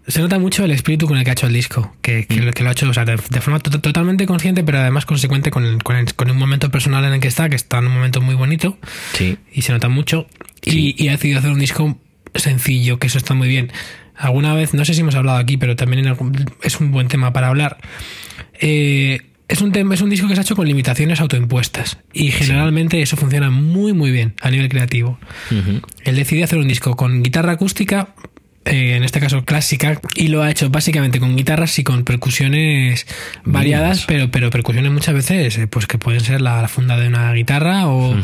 Speaker 1: se nota mucho el espíritu con el que ha hecho el disco, que, que, lo- que lo ha hecho o sea, de, de forma to- totalmente consciente, pero además consecuente con, el- con, el- con un momento personal en el que está, que está en un momento muy bonito
Speaker 2: Sí.
Speaker 1: y se nota mucho. Y, y ha decidido hacer un disco sencillo, que eso está muy bien. Alguna vez, no sé si hemos hablado aquí, pero también en algún- es un buen tema para hablar. Eh, es, un tema, es un disco que se ha hecho con limitaciones autoimpuestas y generalmente eso funciona muy muy bien a nivel creativo.
Speaker 2: Ujú.
Speaker 1: Él decidió hacer un disco con guitarra acústica, eh, en este caso clásica, y lo ha hecho básicamente con guitarras y con percusiones variadas,
Speaker 2: Mínimas.
Speaker 1: pero, pero percusiones muchas veces eh, pues que pueden ser la funda de una guitarra o,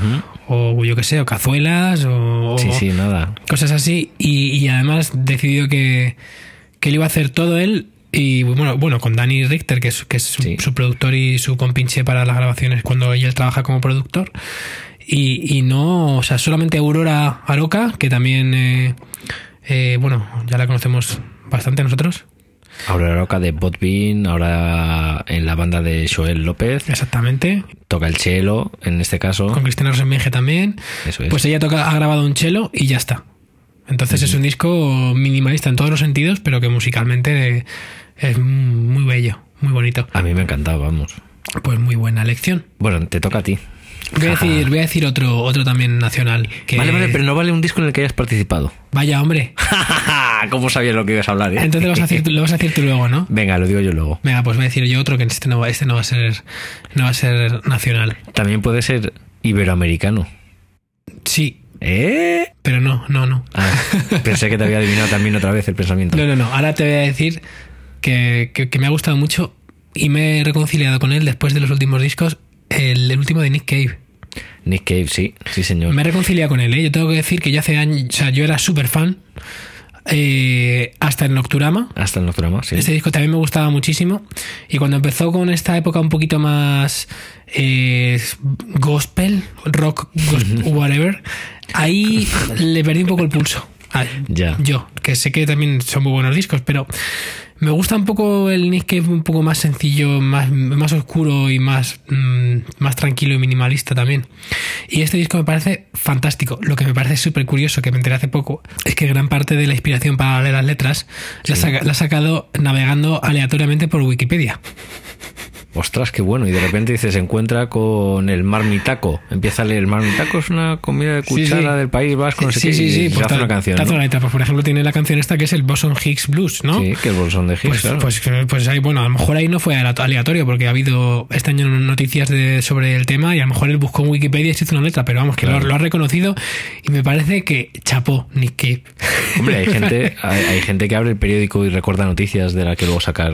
Speaker 1: o yo que sé, o cazuelas o,
Speaker 2: Sí, sí, nada.
Speaker 1: cosas así. Y, y además decidió que, que lo iba a hacer todo él. Y bueno, bueno con Danny Richter, que es, que es su,
Speaker 2: Sí.
Speaker 1: su productor y su compinche para las grabaciones cuando él trabaja como productor. Y, y no, o sea, solamente Aurora Aroca, que también, eh, eh, bueno, ya la conocemos bastante nosotros.
Speaker 2: Ahora Roca de Botbin, ahora en la banda de Joel López,
Speaker 1: Exactamente.
Speaker 2: toca el cello, en este caso.
Speaker 1: Con Cristina Rosenvinge también.
Speaker 2: Eso es.
Speaker 1: Pues ella toca, ha grabado un cello y ya está. Entonces es un disco minimalista en todos los sentidos, pero que musicalmente eh, es muy bello, muy bonito.
Speaker 2: A mí me encantaba, vamos.
Speaker 1: Pues muy buena elección.
Speaker 2: Bueno, te toca a ti.
Speaker 1: Voy a decir, voy a decir otro, otro también nacional. Que
Speaker 2: Vale, vale, pero no vale un disco en el que hayas participado.
Speaker 1: Vaya, hombre.
Speaker 2: ¿Cómo sabías lo que ibas a hablar? eh?
Speaker 1: Entonces lo vas, a decir, tú- lo vas a decir tú luego, ¿no?
Speaker 2: Venga, lo digo yo luego.
Speaker 1: Venga, pues voy a decir yo otro que este no va, este no va a ser no va a ser nacional.
Speaker 2: También puede ser iberoamericano.
Speaker 1: Sí,
Speaker 2: ¿Eh?
Speaker 1: pero no, no, no.
Speaker 2: Ah, pensé que te había adivinado también otra vez el pensamiento.
Speaker 1: No, no, no. Ahora te voy a decir que, que- que me ha gustado mucho y me he reconciliado con él después de los últimos discos, el, el último de Nick Cave.
Speaker 2: Nick Cave, sí, sí, señor.
Speaker 1: Me he reconciliado con él, ¿eh? Yo tengo que decir que yo hace años, o sea, yo era súper fan eh, hasta el Nocturama.
Speaker 2: Hasta el Nocturama, sí.
Speaker 1: Este disco también me gustaba muchísimo. Y cuando empezó con esta época un poquito más eh, gospel, rock, gospel, whatever, ahí le perdí un poco el pulso. Ah,
Speaker 2: Ya.
Speaker 1: Yo, que sé que también son muy buenos discos, pero me gusta un poco el Nick Cave un poco más sencillo, más, más oscuro y más, mm, más tranquilo y minimalista también. Y este disco me parece fantástico. Lo que me parece súper curioso, que me enteré hace poco, es que gran parte de la inspiración para darle las letras la, saca- la ha sacado navegando aleatoriamente por Wikipedia.
Speaker 2: Ostras, qué bueno. Y de repente dice, se encuentra con el marmitaco. Empieza a leer, el marmitaco es una comida de
Speaker 1: Sí, sí.
Speaker 2: cuchara del País Vasco, no sé
Speaker 1: sí,
Speaker 2: qué,
Speaker 1: sí,
Speaker 2: y
Speaker 1: sí.
Speaker 2: se
Speaker 1: pues
Speaker 2: hace
Speaker 1: tal-
Speaker 2: una canción,
Speaker 1: tal
Speaker 2: ¿no?
Speaker 1: una letra. Pues, por ejemplo, tiene la canción esta que es el Boson Higgs Blues, ¿no?
Speaker 2: Sí, que el bolsón de Higgs,
Speaker 1: Pues,
Speaker 2: claro.
Speaker 1: pues, pues ahí, bueno, a lo mejor ahí no fue aleatorio, porque ha habido este año noticias de- sobre el tema y a lo mejor él buscó en Wikipedia y se hizo una letra, pero vamos, que
Speaker 2: Claro.
Speaker 1: lo, lo ha reconocido y me parece que chapó Nick Cave.
Speaker 2: Hombre, hay gente, hay, hay gente que abre el periódico y recuerda noticias de la que luego sacar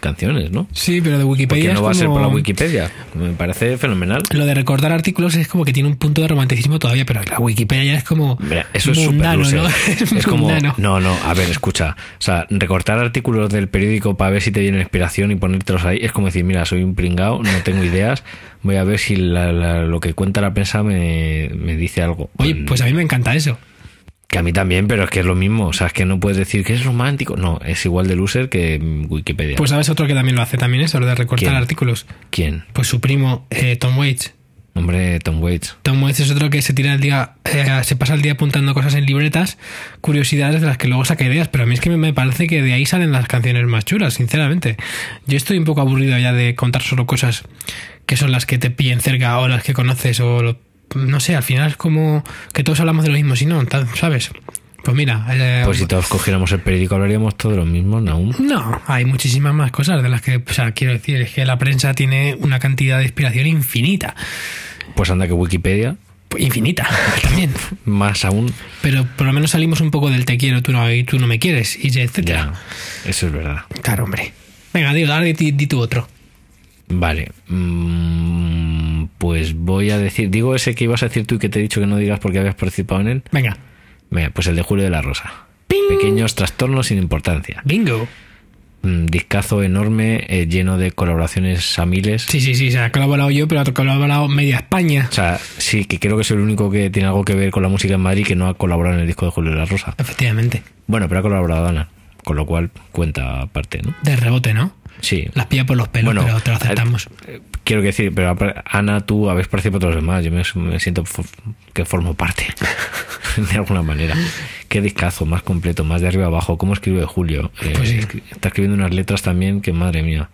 Speaker 2: canciones, ¿no?
Speaker 1: Sí, pero de
Speaker 2: Porque
Speaker 1: Wikipedia
Speaker 2: no
Speaker 1: es
Speaker 2: va a ser
Speaker 1: como-
Speaker 2: por la Wikipedia. Me parece fenomenal.
Speaker 1: Lo de recordar artículos es como que tiene un punto de romanticismo todavía, pero la Wikipedia ya es como
Speaker 2: Mira, eso es súper
Speaker 1: mundano, ¿no?
Speaker 2: loser. Es como,
Speaker 1: mundano.
Speaker 2: no, no, a ver, escucha. O sea, recortar artículos del periódico para ver si te viene inspiración y ponértelos ahí es como decir, mira, soy un pringao, no tengo ideas, voy a ver si la- la- lo que cuenta la prensa me, me dice algo. Mm,
Speaker 1: Oye, pues a mí me encanta eso.
Speaker 2: Que a mí también, pero es que es lo mismo. O sea, es que no puedes decir que es romántico. No, es igual de loser que mm, Wikipedia.
Speaker 1: Pues sabes otro que también lo hace también eso, lo de recortar
Speaker 2: ¿Quién?
Speaker 1: artículos.
Speaker 2: ¿Quién?
Speaker 1: Pues su primo eh, Tom Waits.
Speaker 2: Hombre, Tom Waits.
Speaker 1: Tom Waits es otro que se tira el día, eh, se pasa el día apuntando cosas en libretas, curiosidades de las que luego saca ideas, pero a mí es que me parece que de ahí salen las canciones más chulas, sinceramente. Yo estoy un poco aburrido ya de contar solo cosas que son las que te pillen cerca o las que conoces o lo- no sé, al final es como que todos hablamos de lo mismo, si no, tal, ¿sabes? Pues mira, eh,
Speaker 2: Pues si todos cogiéramos el periódico hablaríamos todos lo mismo, Naum.
Speaker 1: no, hay muchísimas más cosas de las que, o sea, quiero decir, es que la prensa tiene una cantidad de inspiración infinita,
Speaker 2: Pues anda que Wikipedia,
Speaker 1: infinita también.
Speaker 2: más aún.
Speaker 1: Pero por lo menos salimos un poco del te quiero, tú no, y tú no me quieres, y etcétera.
Speaker 2: Ya, eso es verdad.
Speaker 1: Claro, hombre. Venga, digo, ahora di, di tú otro.
Speaker 2: Vale. Mm, Pues voy a decir. Digo ese que ibas a decir tú y que te he dicho que no digas porque habías participado en él.
Speaker 1: Venga.
Speaker 2: Venga, pues el de Julio de la Rosa. Pequeños trastornos sin importancia.
Speaker 1: Bingo.
Speaker 2: Mm, Discazo enorme, eh, lleno de colaboraciones a miles.
Speaker 1: Sí, sí, sí, se ha colaborado yo, pero ha colaborado media España.
Speaker 2: O sea, sí, que creo que soy el único que tiene algo que ver con la música en Madrid que no ha colaborado en el disco de Julio de la Rosa.
Speaker 1: Efectivamente.
Speaker 2: Bueno, pero ha colaborado Ana, con lo cual cuenta aparte, ¿no?
Speaker 1: De rebote, ¿no?
Speaker 2: Sí.
Speaker 1: Las pilla por los pelos,
Speaker 2: Bueno,
Speaker 1: pero te lo aceptamos.
Speaker 2: eh, Quiero decir, pero apar- Ana, tú habéis participado todos los demás. Yo me, me siento fo- que formo parte, de alguna manera. Qué discazo, más completo, más de arriba abajo. ¿Cómo escribe Julio? Eh,
Speaker 1: Pues sí.
Speaker 2: escri- Está escribiendo unas letras también que, madre mía.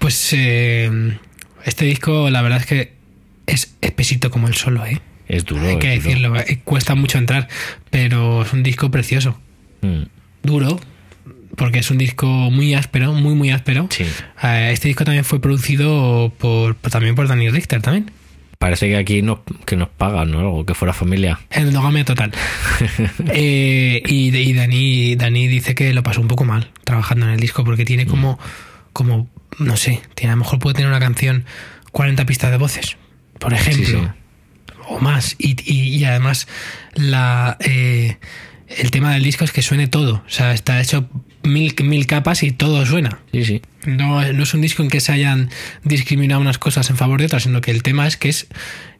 Speaker 1: Pues eh, este disco, la verdad es que es espesito como el solo, ¿eh?
Speaker 2: Es duro.
Speaker 1: Hay que
Speaker 2: es duro.
Speaker 1: decirlo, eh, cuesta mucho entrar, pero es un disco precioso.
Speaker 2: Mm,
Speaker 1: duro, porque es un disco muy áspero, muy, muy áspero.
Speaker 2: Sí.
Speaker 1: Eh, Este disco también fue producido por, por- también por Dani Richter, también.
Speaker 2: Parece que aquí nos, que nos pagan o algo, que fuera familia.
Speaker 1: Endogamia total. Eh, y y Dani, Dani dice que lo pasó un poco mal trabajando en el disco, porque tiene como,
Speaker 2: Mm.
Speaker 1: como no sé, tiene, a lo mejor puede tener una canción 40 pistas de voces, por ejemplo.
Speaker 2: sí.
Speaker 1: o más. Y, y- y además, la, eh, el tema del disco es que suene todo. O sea, está hecho mil, mil capas y todo suena.
Speaker 2: Sí, sí.
Speaker 1: No, no es un disco en que se hayan discriminado unas cosas en favor de otras, sino que el tema es que es,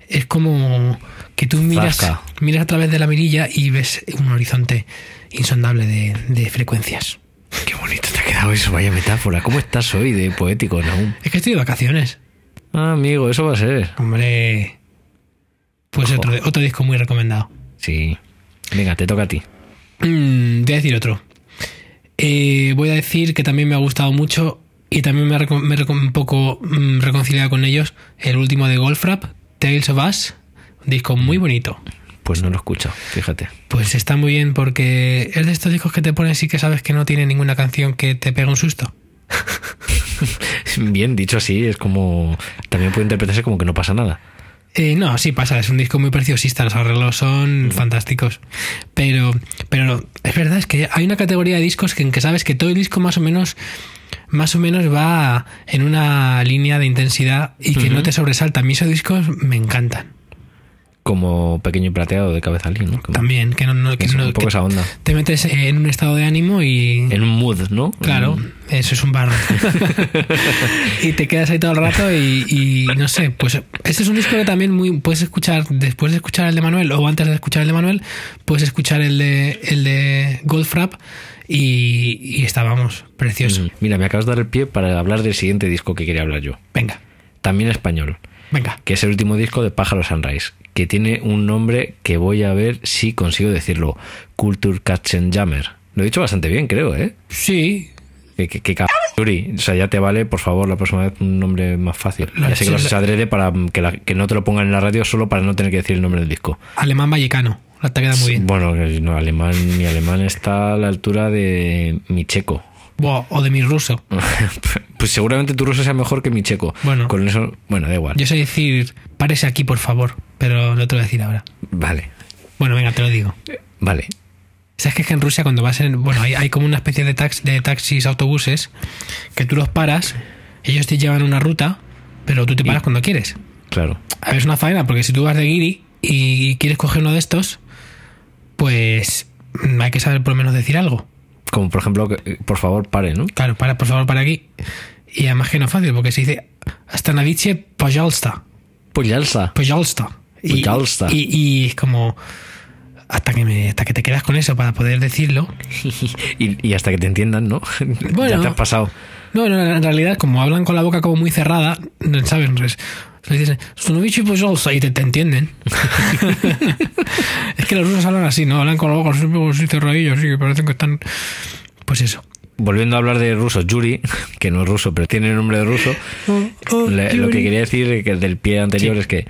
Speaker 1: es como que tú miras,
Speaker 2: Zasca.
Speaker 1: miras a través de la mirilla y ves un horizonte insondable de, de frecuencias.
Speaker 2: Qué bonito te ha quedado eso, vaya metáfora. ¿Cómo estás hoy de poético, Naum?
Speaker 1: Es que estoy de vacaciones.
Speaker 2: Ah, amigo, eso va a ser.
Speaker 1: Hombre. Pues otro, otro disco muy recomendado.
Speaker 2: Sí. Venga, te toca a ti.
Speaker 1: Mm, voy a decir otro. Eh, voy a decir que también me ha gustado mucho y también me ha reco- me he reco- un poco mm, reconciliado con ellos el último de Goldfrapp, Tales of Us, un disco muy bonito.
Speaker 2: Pues no lo escucho, fíjate.
Speaker 1: Pues está muy bien porque es de estos discos que te pones y que sabes que no tiene ninguna canción que te pega un susto.
Speaker 2: Bien, dicho así, es como. También puede interpretarse como que no pasa nada.
Speaker 1: Eh, no, sí pasa, es un disco muy preciosista, los arreglos
Speaker 2: Mm.
Speaker 1: son fantásticos. Pero, pero no, es verdad, es que hay una categoría de discos que, en que sabes que todo el disco más o menos más o menos va en una línea de intensidad y que no te sobresalta. A mí esos discos me encantan.
Speaker 2: como pequeño y plateado de cabezalín, ¿no? Como-
Speaker 1: También, que no, no- que
Speaker 2: es
Speaker 1: no-
Speaker 2: un poco
Speaker 1: que
Speaker 2: esa onda.
Speaker 1: te metes en un estado de ánimo y...
Speaker 2: En un mood, ¿no?
Speaker 1: Claro,
Speaker 2: Mm.
Speaker 1: eso es un barro. y te quedas ahí todo el rato y, y no sé, pues este es un disco que también muy puedes escuchar después de escuchar el de Manuel o antes de escuchar el de Manuel, puedes escuchar el de, el de Goldfrapp y, y está, vamos, precioso.
Speaker 2: Mm, Mira, me acabas de dar el pie para hablar del siguiente disco que quería hablar yo.
Speaker 1: Venga,
Speaker 2: También español,
Speaker 1: venga.
Speaker 2: que es el último disco de Pájaro Sunrise, que tiene un nombre que voy a ver si consigo decirlo. Kultur Katzenjammer. Lo he dicho bastante bien, creo, ¿eh?
Speaker 1: Sí,
Speaker 2: Que, que, que cab- Yuri, o sea, ya te vale, por favor, la próxima vez un nombre más fácil.
Speaker 1: Lo-
Speaker 2: ya sé que
Speaker 1: sí,
Speaker 2: lo haces
Speaker 1: lo-
Speaker 2: adrede para que, la- que no te lo pongan en la radio solo para no tener que decir el nombre del disco.
Speaker 1: alemán vallecano, la te queda Ah, muy bien.
Speaker 2: Bueno, que no, alemán, mi alemán está a la altura de mi checo.
Speaker 1: Buah, o de mi ruso.
Speaker 2: pues seguramente tu ruso sea mejor que mi checo.
Speaker 1: Bueno.
Speaker 2: Con eso, bueno, da igual.
Speaker 1: Yo sé decir, párese aquí, por favor, pero no te lo voy a decir ahora.
Speaker 2: Vale,
Speaker 1: Bueno, venga, te lo digo.
Speaker 2: vale.
Speaker 1: ¿Sabes que es que en Rusia cuando vas en... Bueno, hay, hay como una especie de, tax- de taxis, autobuses, que tú los paras, ellos te llevan una ruta, pero tú te paras cuando quieres.
Speaker 2: Claro.
Speaker 1: A ver, es una faena, porque si tú vas de guiri y quieres coger uno de estos, pues mm, hay que saber por lo menos decir algo.
Speaker 2: Como por ejemplo, que, eh, por favor, pare, ¿no?
Speaker 1: Claro, para, por favor, para aquí. Y además que no es fácil, porque se dice, hasta nadiche, pajalsta.
Speaker 2: Pues ya alza.
Speaker 1: Pajalsta. Y,
Speaker 2: Пожалуйста.
Speaker 1: y, y es como... Hasta que, me, hasta que te quedas con eso para poder decirlo.
Speaker 2: Y, y hasta que te entiendan, ¿no? ya
Speaker 1: Bueno.
Speaker 2: te has pasado.
Speaker 1: No, no, en realidad, como hablan con la boca como muy cerrada, no saben, les, les dicen, pues, Sunovichi Pozolsa, y te, te entienden. es que los rusos hablan así, ¿no? Hablan con la boca siempre como así cerradillos, así que parecen que están. Pues eso.
Speaker 2: Volviendo a hablar de rusos, Yuri, que no es ruso, pero tiene nombre de ruso. Le- lo que quería decir que del pie anterior es que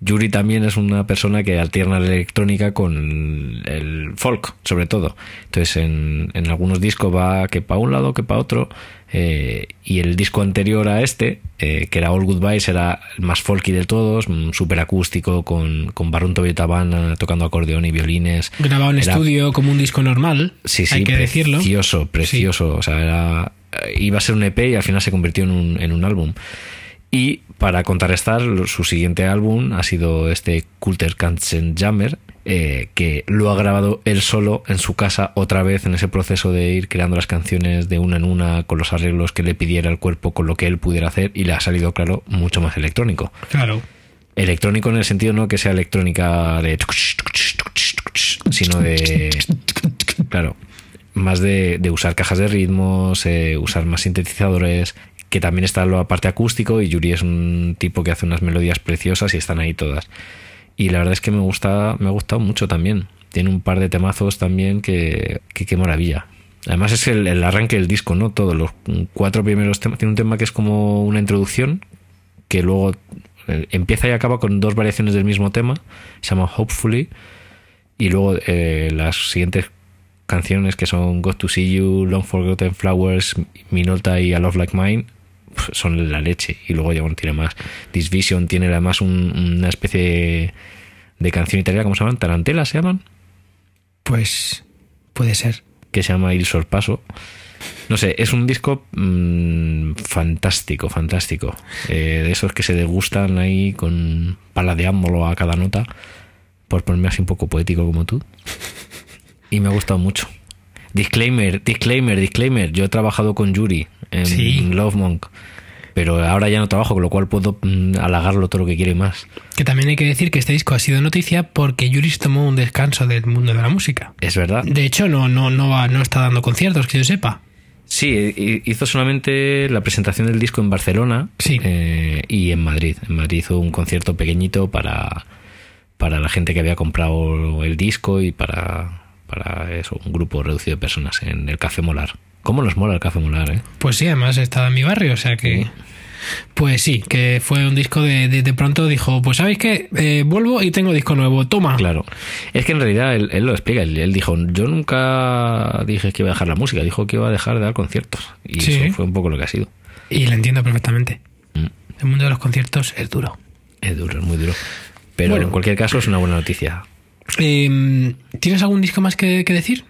Speaker 2: Yuri también es una persona que alterna la electrónica con el folk, sobre todo. Entonces, en, en algunos discos va que para un lado, que para otro. eh, y el disco anterior a este, eh, que era All Goodbyes, era el más folky de todos, súper acústico, con, con Barón Toyota eh, tocando acordeón y violines.
Speaker 1: Grabado en
Speaker 2: Era-
Speaker 1: estudio como un disco normal,
Speaker 2: Sí, sí,
Speaker 1: hay que decirlo.
Speaker 2: Precioso, precioso. O sea, era, eh, iba a ser un EP y al final se convirtió en un, en un álbum. Y para contrarrestar, lo- su siguiente álbum ha sido este Kulter Kanzenjammer, eh, que lo ha grabado él solo en su casa otra vez en ese proceso de ir creando las canciones de una en una con los arreglos que le pidiera el cuerpo, con lo que él pudiera hacer y le ha salido, claro, mucho más electrónico.
Speaker 1: Claro.
Speaker 2: Electrónico en el sentido no que sea electrónica de sino de claro más de, de usar cajas de ritmos eh, usar más sintetizadores que también está la parte acústico y Yuri es un tipo que hace unas melodías preciosas y están ahí todas y la verdad es que me gusta me ha gustado mucho también tiene un par de temazos también que que, qué maravilla Además es el, el arranque del disco, ¿no? Todos los cuatro primeros temas. Tiene un tema que es como una introducción, que luego eh, empieza y acaba con dos variaciones del mismo tema, se llama Hopefully, y luego eh, las siguientes canciones que son Got to See You, Long Forgotten Flowers, Minolta y A Love Like Mine, pf, son la leche, y luego ya no tiene más. This Vision tiene además un- una especie de, de canción italiana, ¿cómo se llaman? Tarantelas se llaman,
Speaker 1: Pues puede ser.
Speaker 2: que se llama Il Sorpaso. No sé, es un disco mm, fantástico, fantástico. Eh, de esos que se degustan ahí con paladeándolo a cada nota, por ponerme así un poco poético como tú. Y me ha gustado mucho. Disclaimer, disclaimer, disclaimer. Yo he trabajado con Yuri en
Speaker 1: Sí.
Speaker 2: Love Monk, pero ahora ya no trabajo, con lo cual puedo mm, halagarlo todo lo que quiera y más.
Speaker 1: Que también hay que decir que este disco ha sido noticia porque Yuris tomó un descanso del mundo de la música.
Speaker 2: Es verdad.
Speaker 1: De hecho, no, no, no, va, no está dando conciertos, que yo sepa.
Speaker 2: Sí, eh, hi- hizo solamente la presentación del disco en Barcelona
Speaker 1: Sí.
Speaker 2: eh, y en Madrid. En Madrid hizo un concierto pequeñito para, para la gente que había comprado el disco y para, para eso, un grupo reducido de personas en el Café Molar. ¿Cómo nos mola el Café Molar, eh?
Speaker 1: Pues sí, además estaba en mi barrio, o sea que. Pues sí, que fue un disco de, de, de pronto dijo, pues sabéis qué, Eh, vuelvo y tengo disco nuevo, toma.
Speaker 2: Claro. Es que en realidad él, él lo explica. Él, él dijo, yo nunca dije que iba a dejar la música, dijo que iba a dejar de dar conciertos. Y
Speaker 1: Sí.
Speaker 2: eso fue un poco lo que ha sido.
Speaker 1: Y lo entiendo perfectamente.
Speaker 2: Mm.
Speaker 1: El mundo de los conciertos es duro.
Speaker 2: Es duro, es muy duro. Pero
Speaker 1: Bueno.
Speaker 2: en cualquier caso es una buena noticia.
Speaker 1: Eh, ¿Tienes algún disco más que, que decir?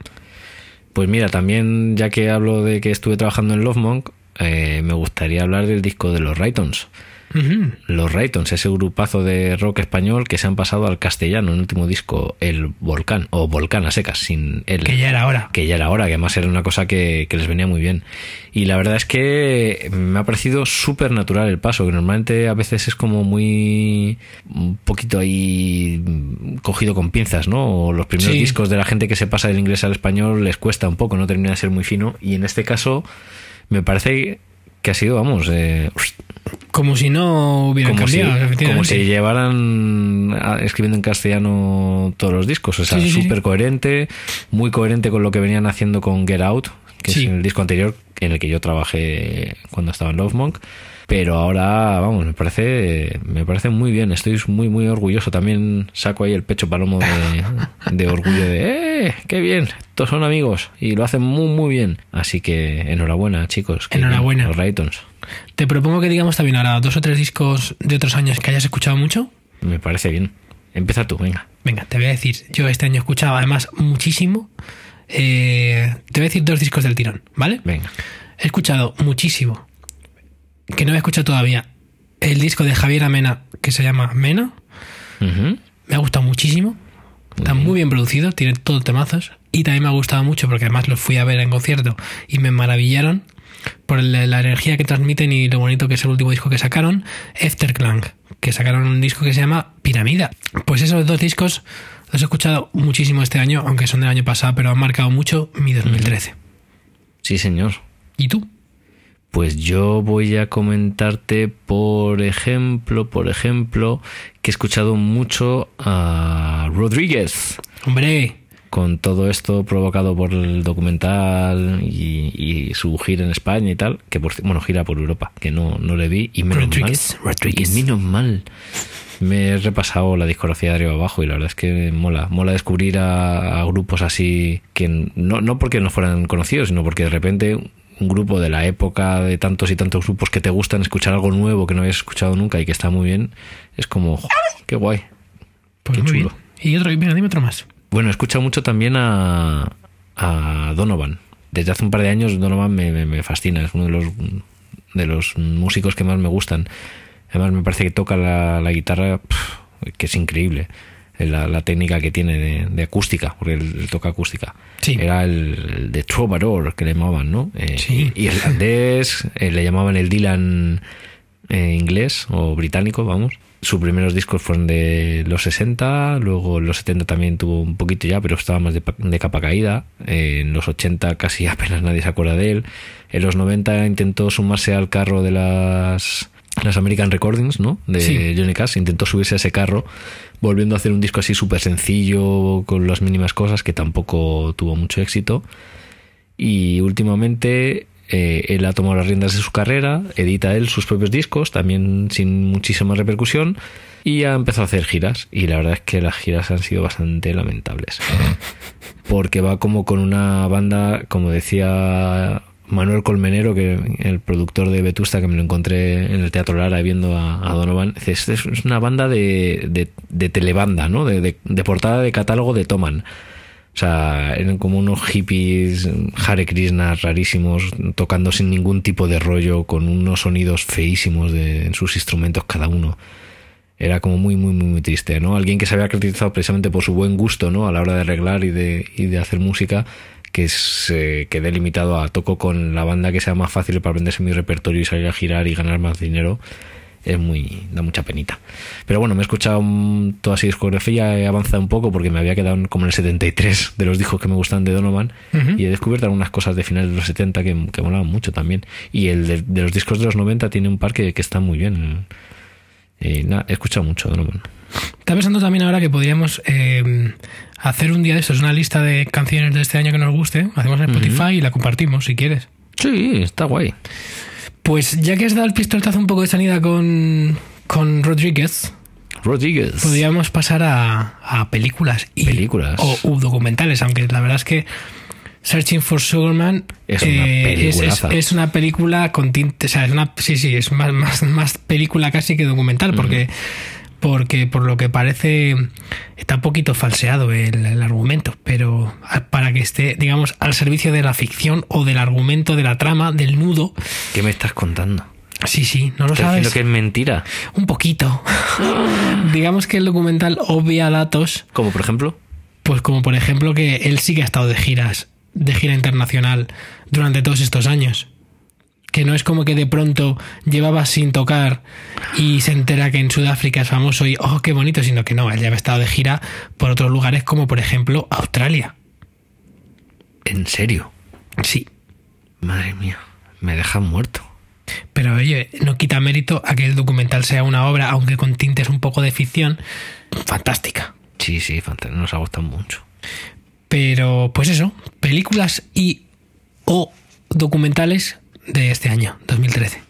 Speaker 2: Pues mira, también ya que hablo de que estuve trabajando en Love Monk, eh, me gustaría hablar del disco de los Raytons,
Speaker 1: Ujú.
Speaker 2: Los Raytons, ese grupazo de rock español que se han pasado al castellano en el último disco, El Volcán, o Volcán a secas, sin el
Speaker 1: Que ya era hora.
Speaker 2: que ya era hora, que además era una cosa que, que les venía muy bien. Y la verdad es que me ha parecido súper natural el paso, que normalmente a veces es como muy un poquito ahí mm, cogido con pinzas, ¿no? O los primeros
Speaker 1: Sí.
Speaker 2: discos de la gente que se pasa del inglés al español les cuesta un poco, no termina de ser muy fino. Y en este caso me parece que ha sido, vamos, eh,
Speaker 1: Como si no hubieran
Speaker 2: como si,
Speaker 1: cambiado,
Speaker 2: como
Speaker 1: efectivamente.
Speaker 2: si llevaran ah, escribiendo en castellano todos los discos. O sea,
Speaker 1: Sí, sí,
Speaker 2: súper
Speaker 1: sí, sí.
Speaker 2: coherente, muy coherente con lo que venían haciendo con Get Out, que
Speaker 1: Sí.
Speaker 2: es el disco anterior en el que yo trabajé cuando estaba en Love Monk. Pero ahora, vamos, me parece, me parece muy bien. Estoy muy, muy orgulloso. También saco ahí el pecho palomo de, de orgullo de, ¡eh! ¡Qué bien! Estos son amigos y lo hacen muy, muy bien. Así que enhorabuena, chicos. que
Speaker 1: Enhorabuena.
Speaker 2: Los Raytons.
Speaker 1: Te propongo que digamos también ahora dos o tres discos de otros años que hayas escuchado mucho.
Speaker 2: Me parece bien. Empieza tú, venga.
Speaker 1: Venga, te voy a decir, yo este año escuchaba además muchísimo. Eh, te voy a decir dos discos del tirón, ¿vale?
Speaker 2: Venga.
Speaker 1: He escuchado muchísimo, que no he escuchado todavía, el disco de Javier Amena, que se llama Mena.
Speaker 2: Ujú.
Speaker 1: Me ha gustado muchísimo. Está muy bien producido, tiene todo temazos. Y también me ha gustado mucho porque además los fui a ver en concierto y me maravillaron por el- la energía que transmiten y lo bonito que es el último disco que sacaron, Efterklang, que sacaron un disco que se llama Piramida. Pues esos dos discos los he escuchado muchísimo este año, aunque son del año pasado, pero han marcado mucho mi 2013.
Speaker 2: Sí, señor.
Speaker 1: ¿Y tú?
Speaker 2: Pues yo voy a comentarte, por ejemplo, por ejemplo, que he escuchado mucho a Rodríguez
Speaker 1: Hombre,
Speaker 2: con todo esto provocado por el documental y, y su gira en España y tal, que por, ci- bueno, gira por Europa, que no, no le vi y menos
Speaker 1: Rodríguez,
Speaker 2: mal.
Speaker 1: Rodríguez.
Speaker 2: Y menos mal. Me he repasado la discografía de arriba abajo y la verdad es que mola. Mola descubrir a, a grupos así que n- no, no porque no fueran conocidos, sino porque de repente un grupo de la época de tantos y tantos grupos que te gustan, escuchar algo nuevo que no habías escuchado nunca y que está muy bien, es como, "Jo, qué guay.
Speaker 1: pues
Speaker 2: Qué
Speaker 1: muy bien.
Speaker 2: chulo.
Speaker 1: Y otro, venga, dime otro más.
Speaker 2: Bueno, escucha mucho también a, a Donovan. Desde hace un par de años Donovan me, me- me fascina, es uno de los, de los músicos que más me gustan. Además me parece que toca la, la guitarra, pf, que es increíble, la, la técnica que tiene de, de acústica, porque él, él toca acústica.
Speaker 1: Sí.
Speaker 2: Era el, el de Troubadour, que le llamaban, ¿no? Eh,
Speaker 1: Sí.
Speaker 2: Irlandés, eh, le llamaban el Dylan eh, inglés o británico, vamos. Sus primeros discos fueron de los 60, luego en los 70 también tuvo un poquito ya, pero estaba más de, pa- de capa caída. Eh, en los 80 casi apenas nadie se acuerda de él. En los 90 intentó sumarse al carro de las, las American Recordings, ¿no? De
Speaker 1: Sí.
Speaker 2: Johnny Cash, intentó subirse a ese carro, volviendo a hacer un disco así súper sencillo, con las mínimas cosas, que tampoco tuvo mucho éxito. Y últimamente eh, él ha tomado las riendas de su carrera, edita él sus propios discos, también sin muchísima repercusión, y ha empezado a hacer giras. Y la verdad es que las giras han sido bastante lamentables. Porque va como con una banda, como decía Manuel Colmenero, que el productor de Vetusta, que me lo encontré en el Teatro Lara viendo a, a Donovan, dice, "Este "Es- es una banda de, de- de telebanda, ¿no? De, de- de portada de catálogo de Toman. O sea, eran como unos hippies, Hare Krishnas rarísimos, tocando sin ningún tipo de rollo, con unos sonidos feísimos de, en sus instrumentos cada uno. Era como muy, muy, muy, muy triste, ¿no? Alguien que se había caracterizado precisamente por su buen gusto, ¿no? A la hora de arreglar y de, y de hacer música, que se quedé limitado a toco con la banda que sea más fácil para aprenderse mi repertorio y salir a girar y ganar más dinero. Es muy, da mucha penita. Pero bueno, me he escuchado mm, toda su discografía, he avanzado un poco porque me había quedado en- como en el 73 de los discos que me gustan de Donovan
Speaker 1: Ujú.
Speaker 2: y he descubierto algunas cosas de finales de los 70 que, que molaban mucho también. Y el de, de los discos de los 90 tiene un par que, que está muy bien. Eh, nada, he escuchado mucho Donovan.
Speaker 1: Estaba pensando también ahora que podríamos eh, hacer un día de estos, una lista de canciones de este año que nos guste. Hacemos en Spotify y la compartimos si quieres.
Speaker 2: Sí, está guay.
Speaker 1: Pues ya que has dado el pistoletazo un poco de salida con, con Rodríguez,
Speaker 2: Rodríguez.
Speaker 1: podríamos pasar a, a películas. Y,
Speaker 2: Películas.
Speaker 1: O u documentales, aunque la verdad es que Searching for Sugar Man
Speaker 2: Es una
Speaker 1: es, es-
Speaker 2: peliculaza.
Speaker 1: es una película con tinte. O sea, es una, sí, sí, es más, más, más película casi que documental, porque, porque por lo que parece está un poquito falseado el, el argumento, pero a- para que esté, digamos, al servicio de la ficción o del argumento, de la trama, del nudo.
Speaker 2: ¿Qué me estás contando?
Speaker 1: Sí, sí, no lo
Speaker 2: Está diciendo
Speaker 1: sabes.
Speaker 2: que es mentira.
Speaker 1: Un poquito. Digamos que el documental obvia datos,
Speaker 2: Como por ejemplo,
Speaker 1: pues como por ejemplo que él sí que ha estado de giras, de gira internacional, durante todos estos años. Que no es como que de pronto llevaba sin tocar y se entera que en Sudáfrica es famoso y, oh, qué bonito, sino que no, él ya había estado de gira por otros lugares como por ejemplo Australia.
Speaker 2: en serio.
Speaker 1: Sí,
Speaker 2: Madre mía, me dejan muerto.
Speaker 1: Pero oye, no quita mérito a que el documental sea una obra, aunque con tintes un poco de ficción, fantástica.
Speaker 2: Sí, sí, fanta- nos ha gustado mucho.
Speaker 1: Pero pues eso, películas y o documentales de este año, 2013.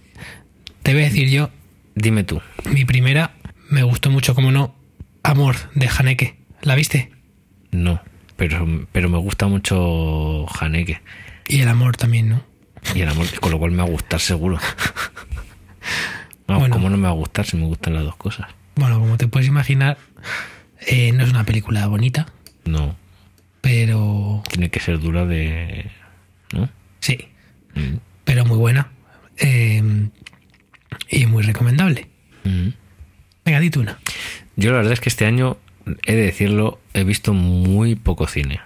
Speaker 1: Te voy a decir yo,
Speaker 2: Dime tú,
Speaker 1: mi primera me gustó mucho, como no, Amor de Haneke. ¿La viste?
Speaker 2: no, pero, pero me gusta mucho Haneke
Speaker 1: Y el amor también, ¿no?
Speaker 2: y el amor, con lo cual me va a gustar seguro. Vamos,
Speaker 1: Bueno.
Speaker 2: ¿cómo no me va a gustar si me gustan las dos cosas?
Speaker 1: Bueno, como te puedes imaginar, eh, no es una película bonita,
Speaker 2: No,
Speaker 1: pero
Speaker 2: tiene que ser dura de... ¿No? Mm.
Speaker 1: sí, pero muy buena eh, y muy recomendable.
Speaker 2: Mm.
Speaker 1: Venga, di tú una.
Speaker 2: Yo la verdad es que este año, he de decirlo, he visto muy poco cine.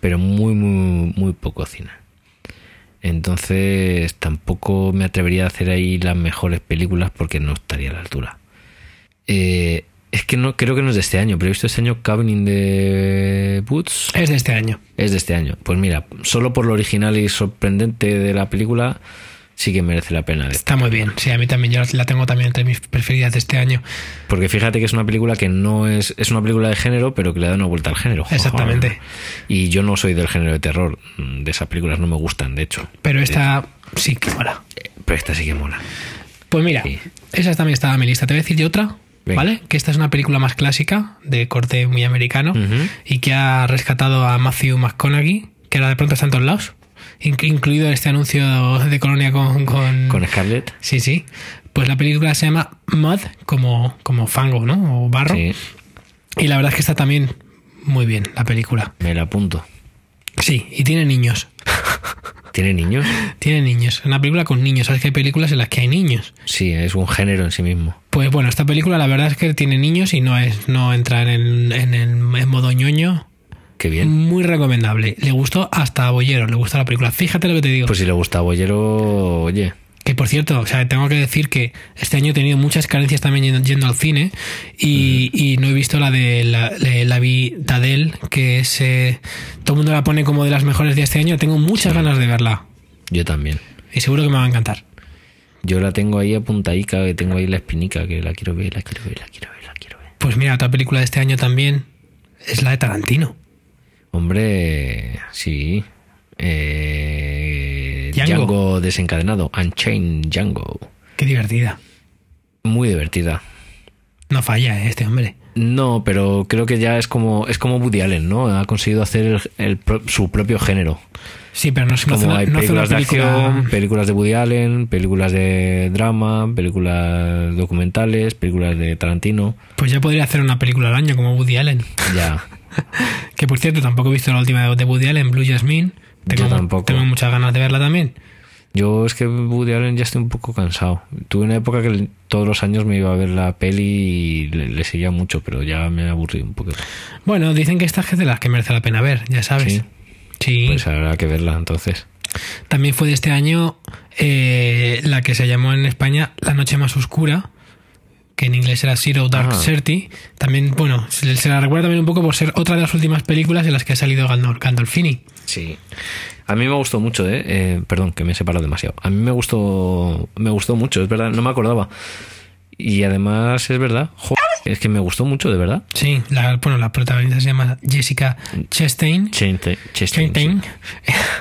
Speaker 2: Pero muy, muy, muy poco cine. Entonces tampoco me atrevería a hacer ahí las mejores películas porque no estaría a la altura. Eh, es que no creo que no es de este año, pero he visto este año Cabin in the Woods.
Speaker 1: Es de este año.
Speaker 2: Es de este año. Pues mira, solo por lo original y sorprendente de la película, sí que merece la pena.
Speaker 1: Está muy bien. Sí, a mí también. Yo la tengo también entre mis preferidas de este año.
Speaker 2: Porque fíjate que es una película que no es. Es una película de género, pero que le da una vuelta al género.
Speaker 1: Exactamente.
Speaker 2: Y yo no soy del género de terror. Mm, De esas películas no me gustan, de hecho.
Speaker 1: Pero esta sí que mola.
Speaker 2: Eh, Pero esta sí que mola.
Speaker 1: Pues mira,
Speaker 2: Sí.
Speaker 1: esa también estaba en mi lista. Te voy a decir yo otra,
Speaker 2: Venga.
Speaker 1: ¿vale? Que esta es una película más clásica, de corte muy americano,
Speaker 2: Ujú.
Speaker 1: y que ha rescatado a Matthew McConaughey, que ahora de pronto está en todos lados, in- incluido este anuncio de Colonia con... con-
Speaker 2: Con Scarlett.
Speaker 1: Sí, sí. Pues la película se llama Mud, como, como fango, ¿no? O barro.
Speaker 2: Sí,
Speaker 1: Y la verdad es que está también muy bien la película.
Speaker 2: me la apunto.
Speaker 1: Sí, y tiene niños.
Speaker 2: ¿Tiene niños?
Speaker 1: Tiene niños. Una película con niños. ¿Sabes que hay películas en las que hay niños?
Speaker 2: Sí, es un género en sí mismo.
Speaker 1: Pues bueno, esta película la verdad es que tiene niños y no es no entra en el, en el en modo ñoño.
Speaker 2: Qué bien.
Speaker 1: Muy recomendable. Le gustó hasta a Bollero, le gustó la película. Fíjate lo que te digo.
Speaker 2: Pues si le gusta a Bollero, oye.
Speaker 1: que por cierto, o sea, tengo que decir que este año he tenido muchas carencias también yendo, yendo al cine y,
Speaker 2: Mm.
Speaker 1: y no he visto la de la, la, la vi Tadel, que es eh, todo el mundo la pone como de las mejores de este año. Tengo muchas ganas de verla
Speaker 2: Yo también.
Speaker 1: y seguro que me va a encantar.
Speaker 2: Yo la tengo ahí apuntadica, que tengo ahí la espinica, que la quiero ver, la quiero ver, la quiero ver, la quiero ver.
Speaker 1: Pues mira, otra película de este año también es la de Tarantino.
Speaker 2: Hombre, sí. Eh,
Speaker 1: Django.
Speaker 2: Django. desencadenado, Unchained Django.
Speaker 1: Qué divertida.
Speaker 2: Muy divertida.
Speaker 1: No falla eh, este hombre.
Speaker 2: No, pero creo que ya es como es como Woody Allen, ¿no? Ha conseguido hacer el- el pro- su propio género.
Speaker 1: Sí, pero no, es- no
Speaker 2: Como
Speaker 1: hace una,
Speaker 2: hay
Speaker 1: no hace una
Speaker 2: películas de
Speaker 1: película-
Speaker 2: acción, películas de Woody Allen, películas de drama, películas documentales, películas de Tarantino.
Speaker 1: Pues ya podría hacer una película al año como Woody Allen.
Speaker 2: Ya.
Speaker 1: Que por cierto, tampoco he visto la última de Woody Allen, Blue Jasmine. Tengo,
Speaker 2: Yo
Speaker 1: mu-
Speaker 2: tampoco.
Speaker 1: tengo muchas ganas de verla también.
Speaker 2: Yo es que Woody Allen ya estoy un poco cansado. Tuve una época que l- todos los años me iba a ver la peli y le, le seguía mucho, pero ya me aburrí un poco.
Speaker 1: Bueno, dicen que esta es de las que merece la pena ver, ya sabes. Sí.
Speaker 2: Sí. Pues habrá que verla entonces.
Speaker 1: También fue de este año eh, la que se llamó en España La Noche Más Oscura, que en inglés era Zero Dark
Speaker 2: Ah.
Speaker 1: Thirty. También, bueno, se, se la recuerda también un poco por ser otra de las últimas películas en las que ha salido Gandol- Gandolfini.
Speaker 2: Sí. A mí me gustó mucho, ¿eh? Eh, Perdón, que me he separado demasiado. A mí me gustó, me gustó mucho, es verdad, no me acordaba. Y además es verdad, jo, es que me gustó mucho, de verdad.
Speaker 1: Sí, la, bueno, la protagonista se llama Jessica Chastain.
Speaker 2: Chente- Chastain,
Speaker 1: Chastain.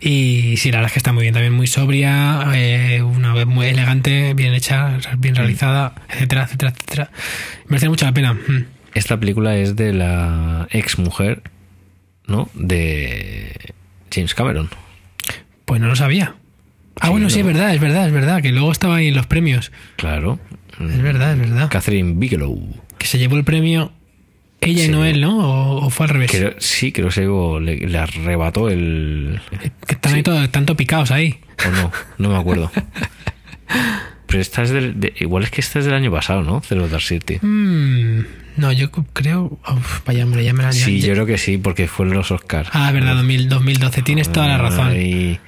Speaker 1: Y sí, la verdad es que está muy bien, también muy sobria, eh, una vez muy elegante, bien hecha, bien
Speaker 2: Mm.
Speaker 1: realizada, etcétera, etcétera, etcétera. Merece mucho la pena. Mm.
Speaker 2: sí. Esta película es de la ex mujer, ¿no? De James Cameron.
Speaker 1: Pues no lo sabía. Ah,
Speaker 2: Sí,
Speaker 1: bueno, sí,
Speaker 2: no.
Speaker 1: es verdad, es verdad, es verdad, que luego estaba ahí en los premios.
Speaker 2: Claro.
Speaker 1: Mm.
Speaker 2: Mm.
Speaker 1: Es verdad, es verdad.
Speaker 2: Catherine Bigelow.
Speaker 1: Que se llevó el premio Ella y
Speaker 2: Sí.
Speaker 1: no él, ¿no? O, o fue al revés.
Speaker 2: Creo- sí, creo que se llevó- le, le arrebató el...
Speaker 1: que están ahí todos tanto picados ahí.
Speaker 2: ¿O no? No me acuerdo. Pero esta es del, de- igual es que esta es del año pasado, ¿no? Zero Dark City.
Speaker 1: Mm, no, yo cu- creo. Uf, vaya, hombre, ya me la ya-
Speaker 2: Sí,
Speaker 1: ya-
Speaker 2: yo creo que sí, porque fue en los Oscars. Ah,
Speaker 1: Ah, verdad, 2000, 2012. Tienes toda la razón.
Speaker 2: Ay,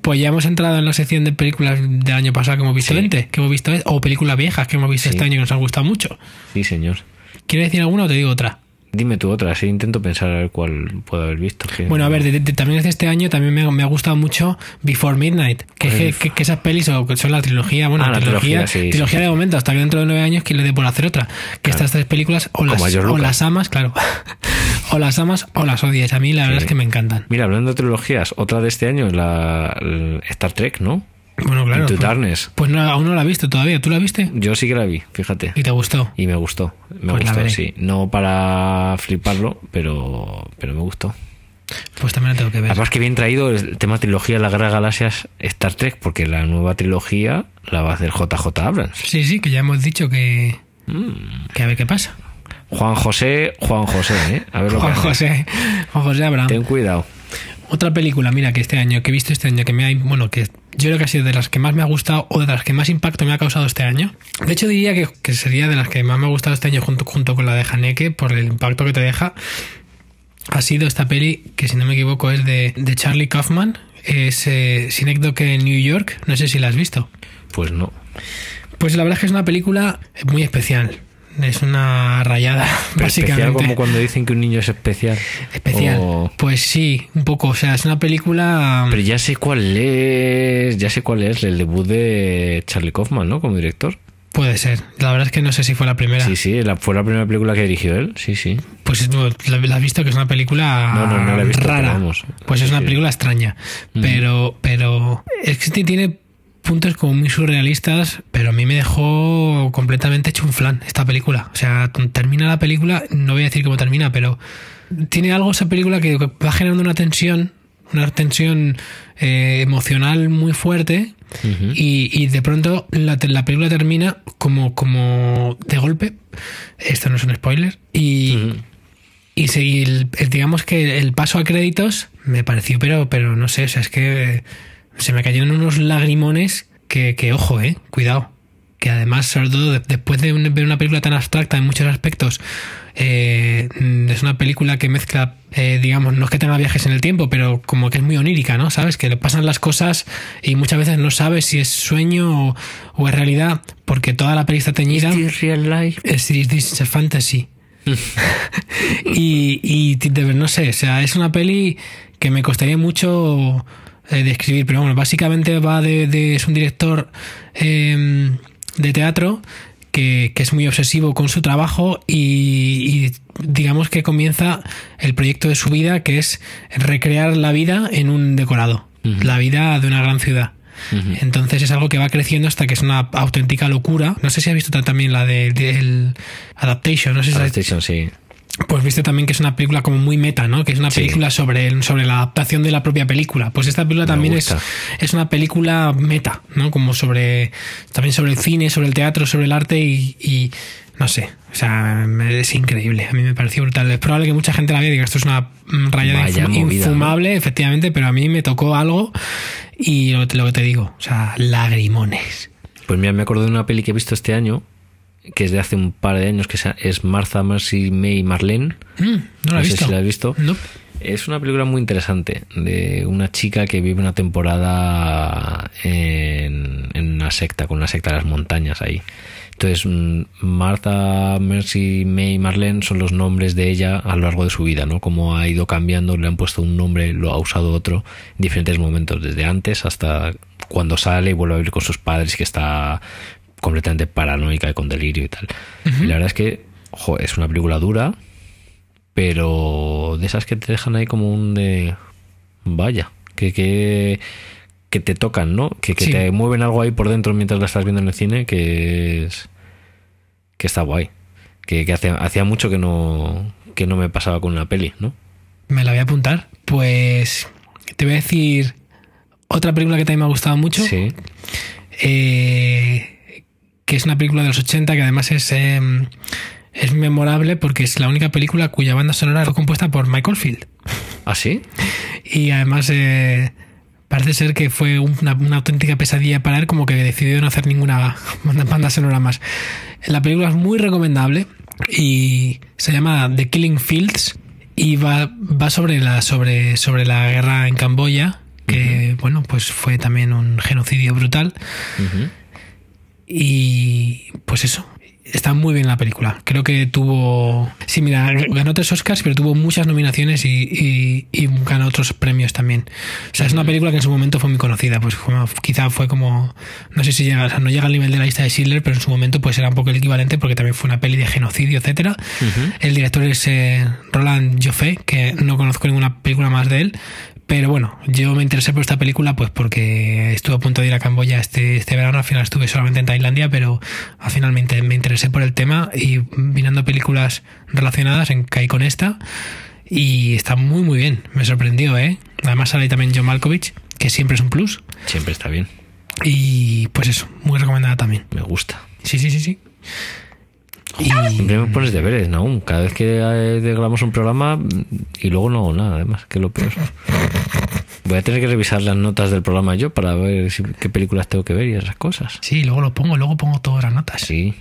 Speaker 1: Pues ya hemos entrado en la sección de películas del año pasado que hemos visto antes, que hemos visto o películas viejas que hemos visto este año que nos han gustado mucho.
Speaker 2: sí, señor.
Speaker 1: ¿Quieres decir alguna o te digo otra?
Speaker 2: Dime tú otra, sí, intento pensar a ver cuál puedo haber visto. que-
Speaker 1: Bueno, a ver, de- de- también es de este año, también me, me ha gusado mucho Before Midnight, que, es que, que- que esas pelis o que son la trilogía, bueno,
Speaker 2: Ah,
Speaker 1: la
Speaker 2: la
Speaker 1: trilogía,
Speaker 2: trilogía, sí, sí,
Speaker 1: trilogía
Speaker 2: sí.
Speaker 1: de momento, hasta que dentro de nueve años que le dé por hacer otra. Que estas tres películas o las,
Speaker 2: Como a George
Speaker 1: o
Speaker 2: Lucas.
Speaker 1: las amas, claro, o las amas o las odias. A mí la verdad es que me encantan.
Speaker 2: Mira, hablando de trilogías, otra de este año, la, el Star Trek, ¿no?
Speaker 1: Bueno, claro.
Speaker 2: Into
Speaker 1: Pues,
Speaker 2: Darkness.
Speaker 1: pues no, aún no la he visto todavía, ¿tú la viste?
Speaker 2: Yo sí que la vi, fíjate.
Speaker 1: Y te gustó.
Speaker 2: Y me gustó. Me
Speaker 1: Pues la
Speaker 2: gustó,
Speaker 1: veré.
Speaker 2: sí. No para fliparlo, pero, pero me gustó.
Speaker 1: Pues también la tengo que ver.
Speaker 2: Además que bien traído el tema trilogía de la guerra de galaxias Star Trek, porque la nueva trilogía la va a hacer JJ Abrams.
Speaker 1: Sí, sí, que ya hemos dicho que. Que a ver qué pasa.
Speaker 2: Juan José, Juan José, ¿eh? A ver lo que
Speaker 1: Juan
Speaker 2: hace.
Speaker 1: José, Juan José Abraham.
Speaker 2: Ten cuidado.
Speaker 1: Otra película, mira, que este año, que he visto este año, que me ha. Bueno, que yo creo que ha sido de las que más me ha gustado o de las que más impacto me ha causado este año. De hecho, diría que, que sería de las que más me ha gustado este año junto, junto con la de Haneke por el impacto que te deja. Ha sido esta peli, que si no me equivoco es de, de Charlie Kaufman. Es eh, Synecdoche en New York. No sé si la has visto.
Speaker 2: Pues no.
Speaker 1: Pues la verdad es que es una película muy especial. Es una rayada,
Speaker 2: Pero
Speaker 1: básicamente. Mm.
Speaker 2: especial como cuando dicen que un niño es especial.
Speaker 1: Especial.
Speaker 2: O-
Speaker 1: Pues sí, un poco. O sea, es una película. um,
Speaker 2: Pero ya sé cuál es, ya sé cuál es el debut de Charlie Kaufman, ¿no? Como director.
Speaker 1: Puede ser. La verdad es que no sé si fue la primera.
Speaker 2: Sí, sí, la, fue la primera película que dirigió él. Sí, sí.
Speaker 1: Pues tú la, la has visto que es una película
Speaker 2: No, no, no la he visto,
Speaker 1: rara.
Speaker 2: pero vamos.
Speaker 1: Pues es
Speaker 2: Sí,
Speaker 1: una
Speaker 2: sí. Mm.
Speaker 1: película extraña. Pero, pero. Es que sí tiene puntos como muy surrealistas, pero a mí me dejó completamente hecho un flan esta película. O sea, termina la película, no voy a decir cómo termina, pero tiene algo esa película que va generando una tensión, una tensión eh, emocional muy fuerte.
Speaker 2: Ujú.
Speaker 1: Y, y de pronto la, te- la película termina como, como de golpe. Esto no es un spoiler. Y, y seguí el- el- digamos que el paso a créditos me pareció, pero, pero no sé, o sea, es que eh, se me cayeron unos lagrimones que, que, ojo, eh, cuidado. Que además, sobre todo, de- después de un- ver una película tan abstracta en muchos aspectos, eh, mm, es una película que mezcla, eh, digamos, no es que tenga viajes en el tiempo, pero como que es muy onírica, ¿no? ¿Sabes? Que le pasan las cosas y muchas veces no sabes si es sueño o, o es realidad, porque toda la peli está teñida. Es This is a Fantasy. y, y ti- de ver- no sé, o sea, es una peli que me costaría mucho eh, describir, pero bueno, básicamente va de, de- es un director eh, de teatro que, que es muy obsesivo con su trabajo y, y digamos que comienza el proyecto de su vida que es recrear la vida en un decorado, la vida de una gran ciudad. Entonces es algo que va creciendo hasta que es una auténtica locura. No sé si has visto ta- también la de, del Adaptation, no sé si la-
Speaker 2: PlayStation, sí.
Speaker 1: pues viste también que es una película como muy meta, ¿no? Que es una
Speaker 2: Sí.
Speaker 1: película sobre, el- sobre la adaptación de la propia película. Pues esta película
Speaker 2: Me
Speaker 1: también es,
Speaker 2: gusta.
Speaker 1: es una película meta, ¿no? Como sobre. También sobre el cine, sobre el teatro, sobre el arte y. y no sé. O sea, me- es increíble. A mí me pareció brutal. Es probable que mucha gente la vea y diga esto es una mm, rayada
Speaker 2: Vaya
Speaker 1: infu-
Speaker 2: movida, ¿no?
Speaker 1: infumable, efectivamente, pero a mí me tocó algo y lo, lo que te digo, o sea, lagrimones.
Speaker 2: Pues mira, me acuerdo de una peli que he visto este año, que es de hace un par de años, que se- es Martha, Marcy, May, Marlene.
Speaker 1: Mm, no la he
Speaker 2: sé
Speaker 1: visto.
Speaker 2: si la has visto.
Speaker 1: No.
Speaker 2: Es una película muy interesante de una chica que vive una temporada en, en una secta, con una secta de las montañas ahí. Entonces, mm, Martha, Mercy, May, Marlene son los nombres de ella a lo largo de su vida, ¿no? Cómo ha ido cambiando, le han puesto un nombre, lo ha usado otro en diferentes momentos, desde antes hasta cuando sale y vuelve a vivir con sus padres, que está completamente paranoica y con delirio y tal. Y la verdad es que, jo, es una película dura, pero de esas que te dejan ahí como un de vaya que que, que te tocan no que, que
Speaker 1: Sí.
Speaker 2: te mueven algo ahí por dentro mientras la estás viendo en el cine que es que está guay que, que hace- hacía mucho que no que no me pasaba con una peli no
Speaker 1: Me la voy a apuntar. Pues te voy a decir otra película que también me ha gustado mucho.
Speaker 2: sí
Speaker 1: eh, que es una película de los 80 que además es, eh, es memorable porque es la única película cuya banda sonora fue compuesta por Michael Field.
Speaker 2: ¿Ah, sí?
Speaker 1: Y además eh, parece ser que fue una, una auténtica pesadilla para él, como que decidió no hacer ninguna banda sonora más. La película es muy recomendable y se llama The Killing Fields y va, va sobre, la, sobre, sobre la guerra en Camboya, que bueno, pues fue también un genocidio brutal.
Speaker 2: Ujú.
Speaker 1: Y pues eso. Está muy bien la película. Creo que tuvo. Sí, mira, ganó tres Oscars, pero tuvo muchas nominaciones y, y- y ganó otros premios también. O sea, es una película que en su momento fue muy conocida. Pues como- quizá fue como. No sé si llega, o sea, no llega al nivel de la lista de Schindler, pero en su momento pues era un poco el equivalente porque también fue una peli de genocidio, etcétera. El director es eh, Roland Joffé, que no conozco ninguna película más de él. Pero bueno, yo me interesé por esta película pues porque estuve a punto de ir a Camboya este, este verano, al final estuve solamente en Tailandia, pero al final me, inter- me interesé por el tema y mirando películas relacionadas en, caí con esta y está muy muy bien, me sorprendió, ¿eh? Además sale también John Malkovich, que siempre es un plus
Speaker 2: Siempre está bien.
Speaker 1: y pues eso, muy recomendada también.
Speaker 2: Me gusta.
Speaker 1: Sí, sí, sí, sí. Y-
Speaker 2: Siempre me pones deberes, ¿no? Cada vez que eh, grabamos un programa mm, y luego no hago nada, además, que es lo peor. Voy a tener que revisar las notas del programa yo para ver si- qué películas tengo que ver y esas cosas.
Speaker 1: Sí, luego lo pongo, luego pongo todas las notas.
Speaker 2: Sí.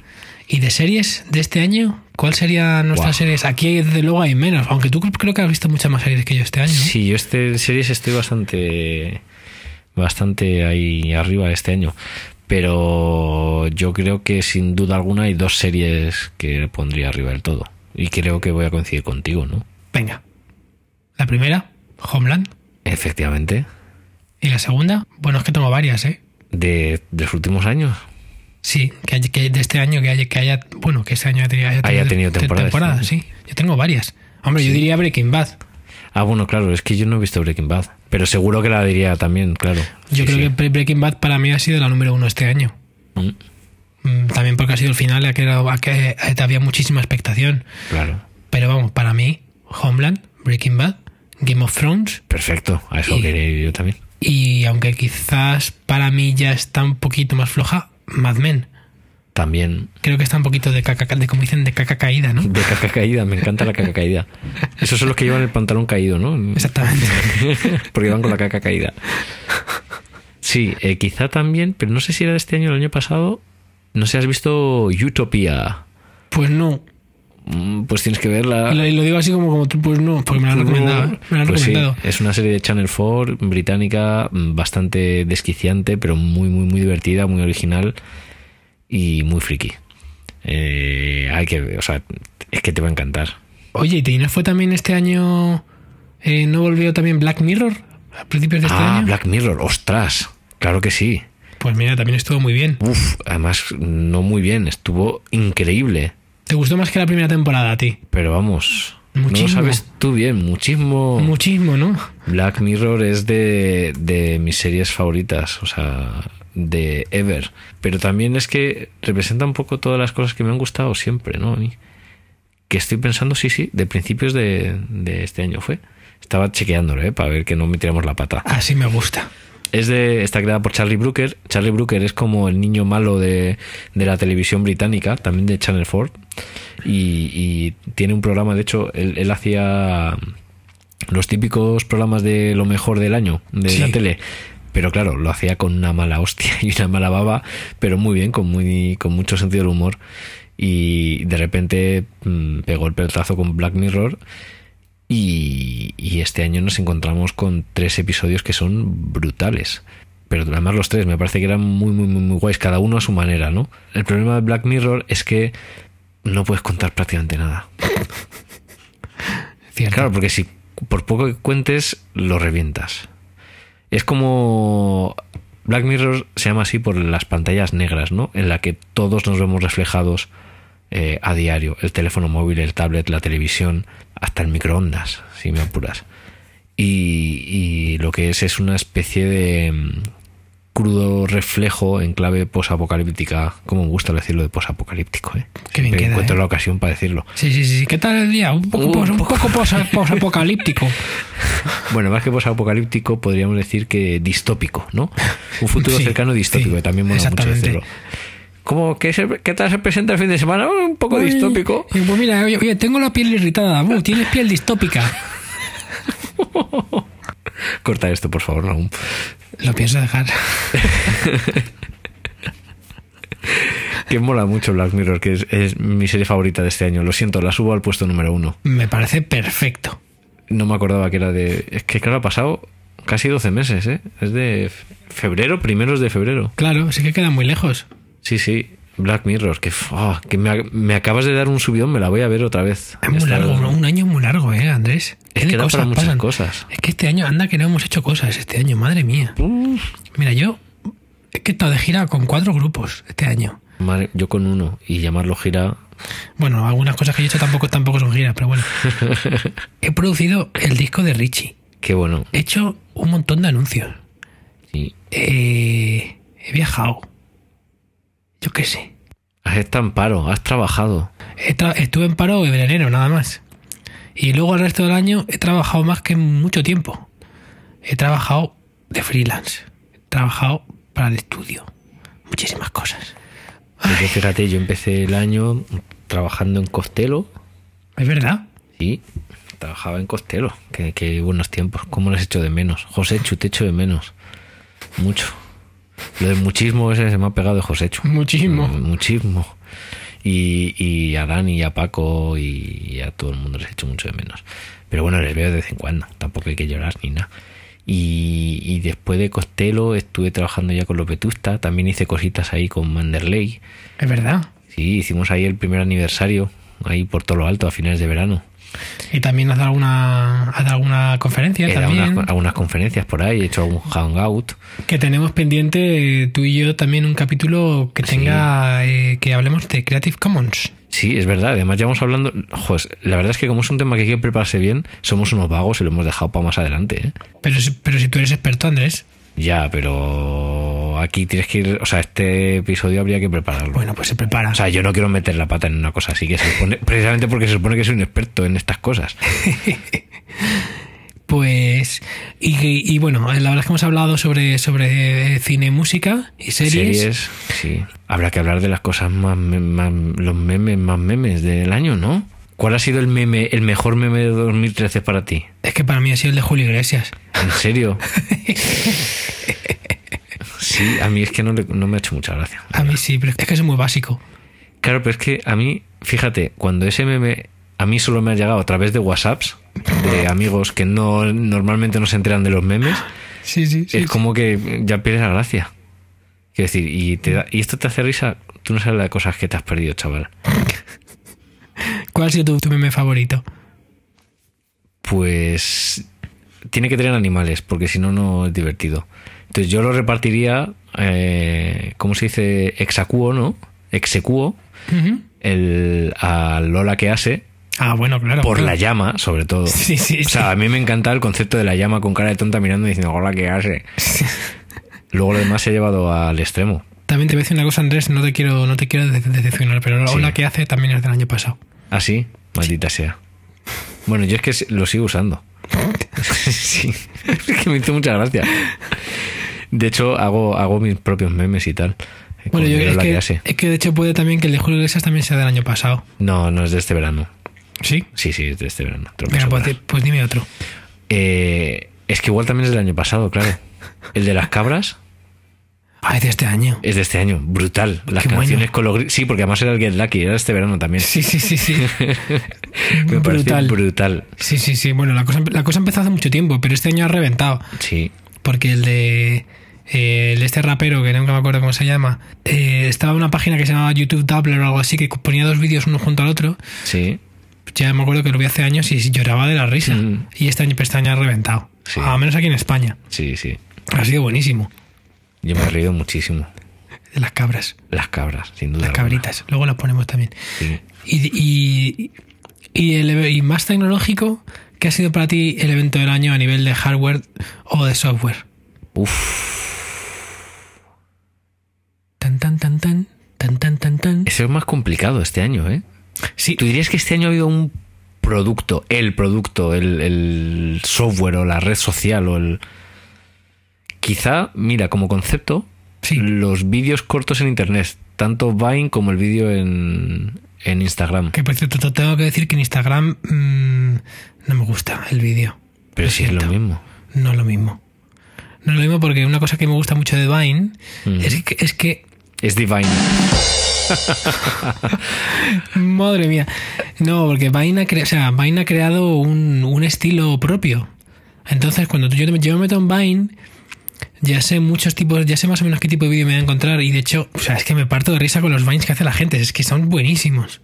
Speaker 1: ¿Y de series de este año? ¿Cuál sería nuestra
Speaker 2: Guau.
Speaker 1: series? Aquí desde luego hay menos, aunque tú creo que has visto muchas más series que yo este año. ¿no?
Speaker 2: Sí, yo este series estoy bastante bastante ahí arriba este año, pero yo creo que sin duda alguna hay dos series que pondría arriba del todo y creo que voy a coincidir contigo, ¿no?
Speaker 1: Venga. La primera, Homeland.
Speaker 2: Efectivamente,
Speaker 1: Y la segunda, bueno, es que tengo varias, ¿eh?
Speaker 2: de, de los últimos años.
Speaker 1: Sí, que, hay- que de este año que haya, que haya, bueno, que este año haya tenido,
Speaker 2: Haya tenido
Speaker 1: te-
Speaker 2: temporadas,
Speaker 1: temporadas, sí. Yo tengo varias. Hombre, yo diría Breaking Bad.
Speaker 2: Ah, bueno, claro, es que yo no he visto Breaking Bad, pero seguro que la diría también, claro.
Speaker 1: Yo
Speaker 2: Sí,
Speaker 1: creo
Speaker 2: sí.
Speaker 1: que Pre- Breaking Bad para mí ha sido la número uno este año.
Speaker 2: Mm,
Speaker 1: Mm, También porque ha sido el final, ha creado- ha que había muchísima expectación.
Speaker 2: claro.
Speaker 1: Pero vamos, para mí, Homeland, Breaking Bad, Game of Thrones
Speaker 2: Perfecto, a eso
Speaker 1: Y-
Speaker 2: quería ir yo también.
Speaker 1: y aunque quizás para mí ya está un poquito más floja, Mad Men.
Speaker 2: También
Speaker 1: Creo que está un poquito de caca, de como dicen, de caca caída, ¿no?
Speaker 2: de caca caída, me encanta la caca caída. Esos son los que llevan el pantalón caído, ¿no?
Speaker 1: Exactamente.
Speaker 2: porque van con la caca caída. Sí, eh, quizá también, pero no sé si era de este año o el año pasado. No sé, has visto Utopia.
Speaker 1: Pues no.
Speaker 2: Mm, Pues tienes que verla.
Speaker 1: Y lo, y lo digo así como, como tú, pues no, porque me lo han recomendado. ¿eh? Me lo han
Speaker 2: Pues sí,
Speaker 1: recomendado.
Speaker 2: es una serie de Channel 4 británica, mm, bastante desquiciante, pero muy, muy, muy divertida, muy original y muy friki. Eh, hay que, o sea, es que te va a encantar.
Speaker 1: Oye, ¿y te- y no fue también este año. eh, ¿No volvió también Black Mirror a principios de este
Speaker 2: ah,
Speaker 1: año?
Speaker 2: Black Mirror, ostras, claro que sí.
Speaker 1: Pues mira, también estuvo muy bien.
Speaker 2: Uf, además, no muy bien, estuvo increíble.
Speaker 1: ¿Te gustó más que la primera temporada a ti?
Speaker 2: Pero vamos, no
Speaker 1: Muchísimo.
Speaker 2: lo sabes tú bien, muchísimo.
Speaker 1: Muchísimo, ¿no?
Speaker 2: Black Mirror es de, de mis series favoritas, o sea, de Ever. Pero también es que representa un poco todas las cosas que me han gustado siempre, ¿no? A mí. Que estoy pensando, sí, sí, de principios de, de este año fue. Estaba chequeándolo, ¿eh? Para ver que no metiéramos la pata.
Speaker 1: Así me gusta.
Speaker 2: Es de, está creada por Charlie Brooker. Charlie Brooker es como el niño malo de, de la televisión británica, también de Channel 4. Y, y tiene un programa, de hecho, él, él hacía los típicos programas de lo mejor del año de
Speaker 1: Sí.
Speaker 2: la tele. Pero claro, lo hacía con una mala hostia y una mala baba, pero muy bien, con, muy, con mucho sentido del humor. Y de repente mm, pegó el pelotazo con Black Mirror. Y, y este año nos encontramos con tres episodios que son brutales. Pero además los tres me parece que eran muy, muy, muy, muy guays, cada uno a su manera, ¿no? El problema de Black Mirror es que no puedes contar prácticamente nada.
Speaker 1: Cierto.
Speaker 2: Claro, porque si por poco que cuentes, lo revientas. Es como... Black Mirror se llama así por las pantallas negras, ¿no? En la que todos nos vemos reflejados eh, a diario. El teléfono móvil, el tablet, la televisión, hasta el microondas, si me apuras. Y, y lo que es es una especie de mm, crudo reflejo en clave posapocalíptica. Como me gusta decirlo de posapocalíptico, ¿eh?
Speaker 1: Qué bien
Speaker 2: Siempre
Speaker 1: queda,
Speaker 2: encuentro
Speaker 1: ¿eh?
Speaker 2: la ocasión para decirlo.
Speaker 1: Sí, sí, sí. ¿Qué tal el día? Un poco,
Speaker 2: Uh,
Speaker 1: pos-
Speaker 2: un
Speaker 1: un poco posa- posapocalíptico.
Speaker 2: Bueno, más que posapocalíptico, podríamos decir que distópico, ¿no? Un futuro
Speaker 1: Sí,
Speaker 2: cercano distópico,
Speaker 1: sí,
Speaker 2: que también mola mucho
Speaker 1: exactamente.
Speaker 2: decirlo. Como que se, ¿Qué tal se presenta el fin de semana? Oh, Un poco distópico.
Speaker 1: Uy, Pues mira, oye, oye, tengo la piel irritada. Uh, tienes piel distópica.
Speaker 2: Corta esto, por favor, Raúl.
Speaker 1: Lo pienso dejar.
Speaker 2: Que mola mucho Black Mirror, que es, es mi serie favorita de este año. Lo siento, la subo al puesto número uno.
Speaker 1: Me parece perfecto.
Speaker 2: No me acordaba que era de. Es que, claro, ha pasado casi 12 meses, ¿eh? Es de febrero, primeros de febrero.
Speaker 1: Claro, sí que queda muy lejos.
Speaker 2: Sí, sí. Black Mirror, que, f- ah, que me, ac- me acabas de dar un subidón, me la voy a ver otra vez.
Speaker 1: Es muy
Speaker 2: Esta-
Speaker 1: largo, ¿no? un año muy largo, ¿eh, Andrés?
Speaker 2: Es
Speaker 1: Qué
Speaker 2: que
Speaker 1: de
Speaker 2: da
Speaker 1: cosas
Speaker 2: para muchas
Speaker 1: pasan.
Speaker 2: cosas.
Speaker 1: Es que este año, anda que no hemos hecho cosas este año, madre mía.
Speaker 2: Uf,
Speaker 1: Mira, yo es que he estado de gira con cuatro grupos este año.
Speaker 2: madre, yo con uno y llamarlo gira.
Speaker 1: Bueno, algunas cosas que yo he hecho tampoco, tampoco son giras, pero bueno. he producido el disco de Richie.
Speaker 2: Qué bueno.
Speaker 1: He hecho un montón de anuncios.
Speaker 2: Sí.
Speaker 1: Eh, he viajado. Yo qué sé.
Speaker 2: Has estado en paro, has trabajado.
Speaker 1: He tra- estuve en paro en enero, nada más. Y luego el resto del año he trabajado más que en mucho tiempo. He trabajado de freelance. He trabajado para el estudio. Muchísimas cosas.
Speaker 2: Porque fíjate, yo empecé el año trabajando en Costelo.
Speaker 1: Es verdad.
Speaker 2: Sí, trabajaba en Costelo. Qué, qué buenos tiempos. ¿Cómo les echo de menos? José Chu, te echo de menos. Mucho. Lo del muchismo ese se me ha pegado de José Chu.
Speaker 1: Muchismo.
Speaker 2: Mm, Muchismo. Y, y a Dani y a Paco y, a todo el mundo les echo mucho de menos. Pero bueno, les veo de vez en cuando. Tampoco hay que llorar ni nada. Y, y después de Costelo estuve trabajando ya con los Vetusta. También hice cositas ahí con Manderley.
Speaker 1: Es verdad.
Speaker 2: Sí, hicimos ahí el primer aniversario. Ahí por todo lo alto a finales de verano.
Speaker 1: Y también has dado alguna, has dado alguna conferencia
Speaker 2: He dado
Speaker 1: también.
Speaker 2: unas, algunas conferencias por ahí, he hecho algún hangout.
Speaker 1: Que tenemos pendiente eh, tú y yo también un capítulo que tenga eh, que hablemos de Creative Commons.
Speaker 2: Sí, es verdad. Además, ya vamos hablando. Joder, la verdad es que, como es un tema que hay que prepararse bien, somos unos vagos y lo hemos dejado para más adelante. ¿eh?
Speaker 1: Pero, si- pero si tú eres experto, Andrés.
Speaker 2: Ya, pero aquí tienes que ir. O sea, este episodio habría que prepararlo.
Speaker 1: Bueno, pues se prepara.
Speaker 2: O sea, yo no quiero meter la pata en una cosa así que se supone. precisamente porque se supone que soy un experto en estas cosas.
Speaker 1: Pues, y, y- y bueno, eh, la verdad es que hemos hablado sobre, sobre eh, cine, y música y series.
Speaker 2: Series, sí. Habrá que hablar de las cosas más, me- más- Los memes, más memes del año, ¿no? ¿Cuál ha sido el meme, el mejor meme de 2013 para ti?
Speaker 1: Es que para mí ha sido el de Julio Iglesias.
Speaker 2: ¿En serio? Sí, a mí es que no, le- no me ha hecho mucha gracia.
Speaker 1: A mí sí, pero es que es muy básico.
Speaker 2: Claro, pero es que a mí, fíjate, cuando ese meme a mí solo me ha llegado a través de WhatsApps, de amigos que no normalmente no se enteran de los memes,
Speaker 1: Sí, sí,
Speaker 2: es como que ya pierdes la gracia. Quiero decir, y, te da- y esto te hace risa, tú no sabes las cosas que te has perdido, chaval.
Speaker 1: ¿Cuál ha sido tu, tu meme favorito?
Speaker 2: Pues tiene que tener animales, porque si no, no es divertido. Entonces yo lo repartiría, eh, ¿cómo se dice? Exacuo, ¿no? Execuo,
Speaker 1: Ujú.
Speaker 2: el, a Lola que hace,
Speaker 1: Ah, bueno, claro.
Speaker 2: por la
Speaker 1: claro.
Speaker 2: llama, sobre todo.
Speaker 1: Sí, sí,
Speaker 2: O sea, a mí me encanta el concepto de la llama con cara de tonta mirando y diciendo, Lola que hace. Luego lo demás se ha llevado al extremo.
Speaker 1: También te voy a decir una cosa, Andrés, no te quiero, no te quiero dece- decepcionar, pero la
Speaker 2: Sí.
Speaker 1: ola que hace también es del año pasado.
Speaker 2: Así, maldita sea. Bueno, yo es que lo sigo usando. sí, es que me hizo mucha gracia. De hecho, hago, hago mis propios memes y tal. eh,
Speaker 1: Bueno, yo
Speaker 2: creo
Speaker 1: es que, es que de hecho puede también que el de Julio Iglesias también sea del año pasado.
Speaker 2: No, no es de este verano.
Speaker 1: Sí.
Speaker 2: Sí, sí, es de este verano. te lo
Speaker 1: Venga, pues,
Speaker 2: puedo asegurar.
Speaker 1: di- pues dime otro.
Speaker 2: Eh, es que igual también es del año pasado, claro. El de las cabras
Speaker 1: Ah, es de este año.
Speaker 2: es de este año. Brutal. Las
Speaker 1: Qué bueno.
Speaker 2: canciones con los gri- Sí, porque además era el Get Lucky, era este verano también.
Speaker 1: Sí, sí, sí, sí.
Speaker 2: me
Speaker 1: brutal.
Speaker 2: pareció brutal.
Speaker 1: Sí, sí, sí. Bueno, la cosa, la cosa empezó hace mucho tiempo, pero este año ha reventado.
Speaker 2: Sí.
Speaker 1: Porque el de. eh, el de este rapero, que nunca me acuerdo cómo se llama, eh, estaba en una página que se llamaba YouTube Doubler o algo así, que ponía dos vídeos uno junto al otro.
Speaker 2: Sí.
Speaker 1: Ya me acuerdo que lo vi hace años y lloraba de la risa.
Speaker 2: Mm.
Speaker 1: Y este año, pero este año ha reventado.
Speaker 2: Sí.
Speaker 1: Al menos aquí en España.
Speaker 2: Sí, sí.
Speaker 1: Ha sido buenísimo.
Speaker 2: Yo me he reído muchísimo.
Speaker 1: De las cabras,
Speaker 2: Las cabras, sin duda.
Speaker 1: las
Speaker 2: alguna.
Speaker 1: cabritas. Luego las ponemos también.
Speaker 2: Sí.
Speaker 1: Y, y, y el- y más tecnológico, ¿qué ha sido para ti el evento del año a nivel de hardware o de software?
Speaker 2: Uf,
Speaker 1: Tan, tan, tan, tan, tan, tan, tan, tan.
Speaker 2: eso es más complicado este año, ¿eh?
Speaker 1: Sí,
Speaker 2: ¿Tú dirías que este año ha habido un producto, el producto, el, el software o la red social o el... Quizá, mira, como concepto,
Speaker 1: Sí.
Speaker 2: los vídeos cortos en Internet tanto Vine como el vídeo en, en Instagram.
Speaker 1: Que por cierto, tengo que decir que en Instagram mmm, no me gusta el vídeo.
Speaker 2: Pero sí es lo
Speaker 1: siento.
Speaker 2: mismo.
Speaker 1: No es lo mismo. No es lo mismo porque una cosa que me gusta mucho de Vine
Speaker 2: Mm.
Speaker 1: es, que, es que,
Speaker 2: Es Divine.
Speaker 1: madre mía, no, porque Vine ha, cre- o sea, Vine ha creado un, un estilo propio. Entonces, cuando tú- yo, yo me meto en Vine, ya sé muchos tipos, ya sé más o menos qué tipo de vídeo me voy a encontrar. Y de hecho, o sea, es que me parto de risa con los Vines que hace la gente, es que son buenísimos.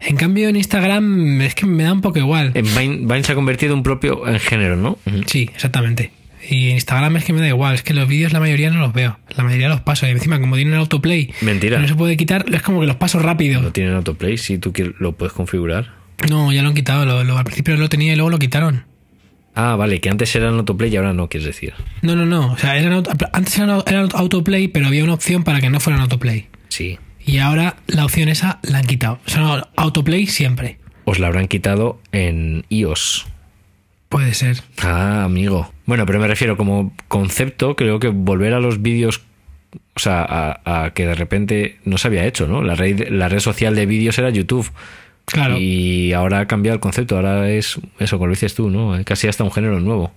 Speaker 1: En cambio, en Instagram es que me da un poco igual.
Speaker 2: En Vine, Vine se ha convertido en propio en género, ¿no? Ujú.
Speaker 1: Sí, exactamente. Y en Instagram es que me da igual, es que los vídeos la mayoría no los veo, la mayoría los paso. Y encima, como tienen autoplay,
Speaker 2: Mentira.
Speaker 1: no se puede quitar, es como que los paso
Speaker 2: No
Speaker 1: rápido.
Speaker 2: tienen autoplay, si tú quieres, lo puedes configurar.
Speaker 1: No, ya lo han quitado, lo, lo- al principio lo tenía y luego lo quitaron.
Speaker 2: Ah, vale, que antes eran autoplay y ahora no, quieres decir.
Speaker 1: No, no, no, o sea, eran auto- antes eran, au- eran autoplay, pero había una opción para que no fueran autoplay.
Speaker 2: Sí.
Speaker 1: Y ahora la opción esa la han quitado. O sea, no, autoplay siempre.
Speaker 2: Os la habrán quitado en iOS.
Speaker 1: Puede ser.
Speaker 2: Ah, amigo. Bueno, pero me refiero como concepto, creo que volver a los vídeos, o sea, a, a que de repente no se había hecho, ¿no? La red, la red social de vídeos era YouTube.
Speaker 1: Claro.
Speaker 2: Y ahora ha cambiado el concepto, ahora es eso, como lo dices tú, ¿no? Eh, Casi hasta un género nuevo.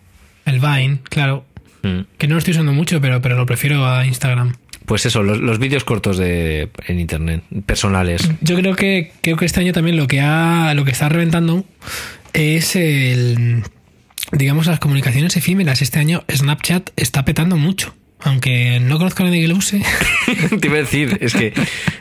Speaker 1: El Vine, claro.
Speaker 2: Mm.
Speaker 1: Que no lo estoy usando mucho, pero, pero lo prefiero a Instagram.
Speaker 2: Pues eso, los, los vídeos cortos de en internet, personales.
Speaker 1: Yo creo que creo que este año también lo que ha lo que está reventando es el digamos las comunicaciones efímeras. Este año Snapchat está petando mucho, aunque no conozco a nadie que lo use.
Speaker 2: Te iba a decir, es que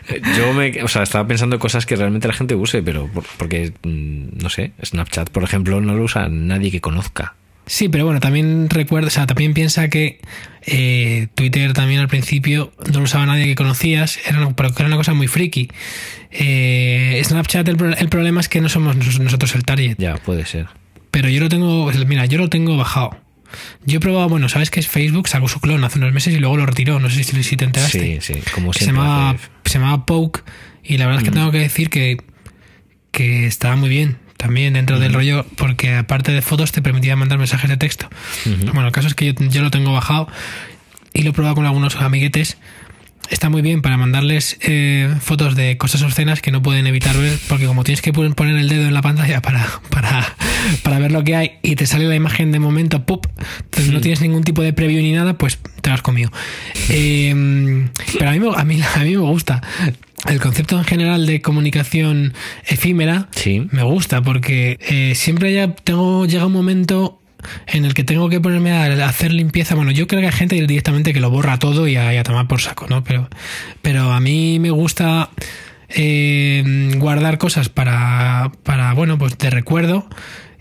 Speaker 2: eh, yo me, o sea, estaba pensando cosas que realmente la gente use, pero por- porque mm, no sé, Snapchat, por ejemplo, no lo usa nadie que conozca.
Speaker 1: Sí, pero bueno, también recuerda, o sea, también piensa que eh, Twitter también al principio no lo usaba nadie que conocías, era una, pero era una cosa muy friki. Eh, Snapchat, el, pro- el problema es que no somos nos- nosotros el target.
Speaker 2: Ya, puede ser.
Speaker 1: Pero yo lo tengo, mira, yo lo tengo bajado. Yo he probado, bueno, sabes que Facebook sacó su clon hace unos meses y luego lo retiró, no sé si, si te enteraste.
Speaker 2: Sí, sí, como
Speaker 1: Que se,
Speaker 2: siempre.
Speaker 1: llamaba,
Speaker 2: hace-
Speaker 1: se llamaba Poke y la verdad es que tengo que decir que, que estaba muy bien también dentro del rollo porque aparte de fotos te permitía mandar mensajes de texto. Bueno, el caso es que yo, yo lo tengo bajado y lo he probado con algunos amiguetes. Está muy bien para mandarles eh, fotos de cosas obscenas que no pueden evitar ver, porque como tienes que pon- poner el dedo en la pantalla para, para, para ver lo que hay y te sale la imagen de momento, ¡pup! Entonces no tienes ningún tipo de preview ni nada, pues te lo has comido. Eh, pero a mí, me- a, mí, a mí me gusta. El concepto en general de comunicación efímera
Speaker 2: Sí.
Speaker 1: me gusta porque eh, siempre ya tengo llega un momento en el que tengo que ponerme a hacer limpieza. Bueno, yo creo que hay gente directamente que lo borra todo y a, y a tomar por saco, ¿no? Pero, pero a mí me gusta eh, guardar cosas para, para, bueno, pues de recuerdo.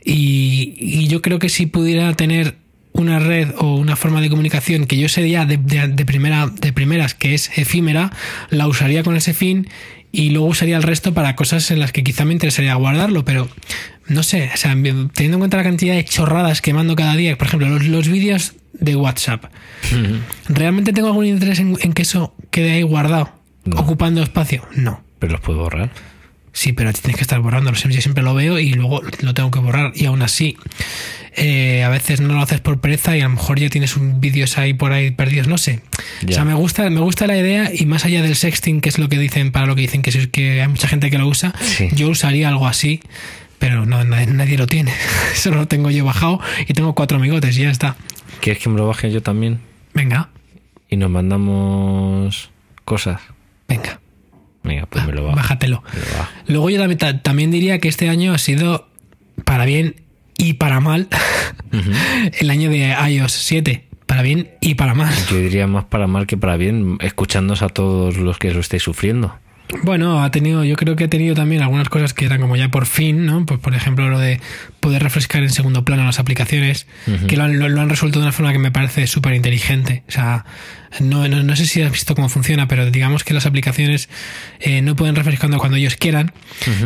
Speaker 1: Y, y yo creo que si pudiera tener una red o una forma de comunicación que yo sé ya de, de- de primera, de primeras que es efímera, la usaría con ese fin y luego usaría el resto para cosas en las que quizá me interesaría guardarlo, pero no sé, o sea, teniendo en cuenta la cantidad de chorradas que mando cada día, por ejemplo, los, los vídeos de WhatsApp, ¿realmente tengo algún interés en, en que eso quede ahí guardado,
Speaker 2: No.
Speaker 1: ocupando espacio? No.
Speaker 2: Pero los puedo borrar.
Speaker 1: Sí, pero tienes que estar borrándolo. Siempre- Yo siempre lo veo y luego lo tengo que borrar. Y aún así, eh, a veces no lo haces por pereza y a lo mejor ya tienes un vídeos ahí por ahí perdidos, no sé.
Speaker 2: Ya.
Speaker 1: O sea, me gusta, me gusta la idea y más allá del sexting, que es lo que dicen, para lo que dicen que, es que hay mucha gente que lo usa,
Speaker 2: Sí.
Speaker 1: yo usaría algo así, pero no, nadie, nadie lo tiene. Solo lo tengo yo bajado y tengo cuatro amigotes y ya está.
Speaker 2: ¿Quieres que me lo baje yo también?
Speaker 1: Venga,
Speaker 2: Y nos mandamos cosas.
Speaker 1: venga,
Speaker 2: Venga, pues me lo bajo.
Speaker 1: bájatelo.
Speaker 2: Me lo bajo.
Speaker 1: Luego yo tam- ta- también diría que este año ha sido para bien y para mal el año de iOS 7. Para bien y para mal.
Speaker 2: Yo diría más para mal que para bien, escuchándonos a todos los que lo estáis sufriendo.
Speaker 1: Bueno, ha tenido, yo creo que ha tenido también algunas cosas que eran como ya por fin, ¿no? Pues por ejemplo lo de poder refrescar en segundo plano las aplicaciones, que lo han, lo- lo han resuelto de una forma que me parece súper inteligente. O sea, no, no, no sé si has visto cómo funciona, pero digamos que las aplicaciones eh, no pueden refrescando cuando ellos quieran,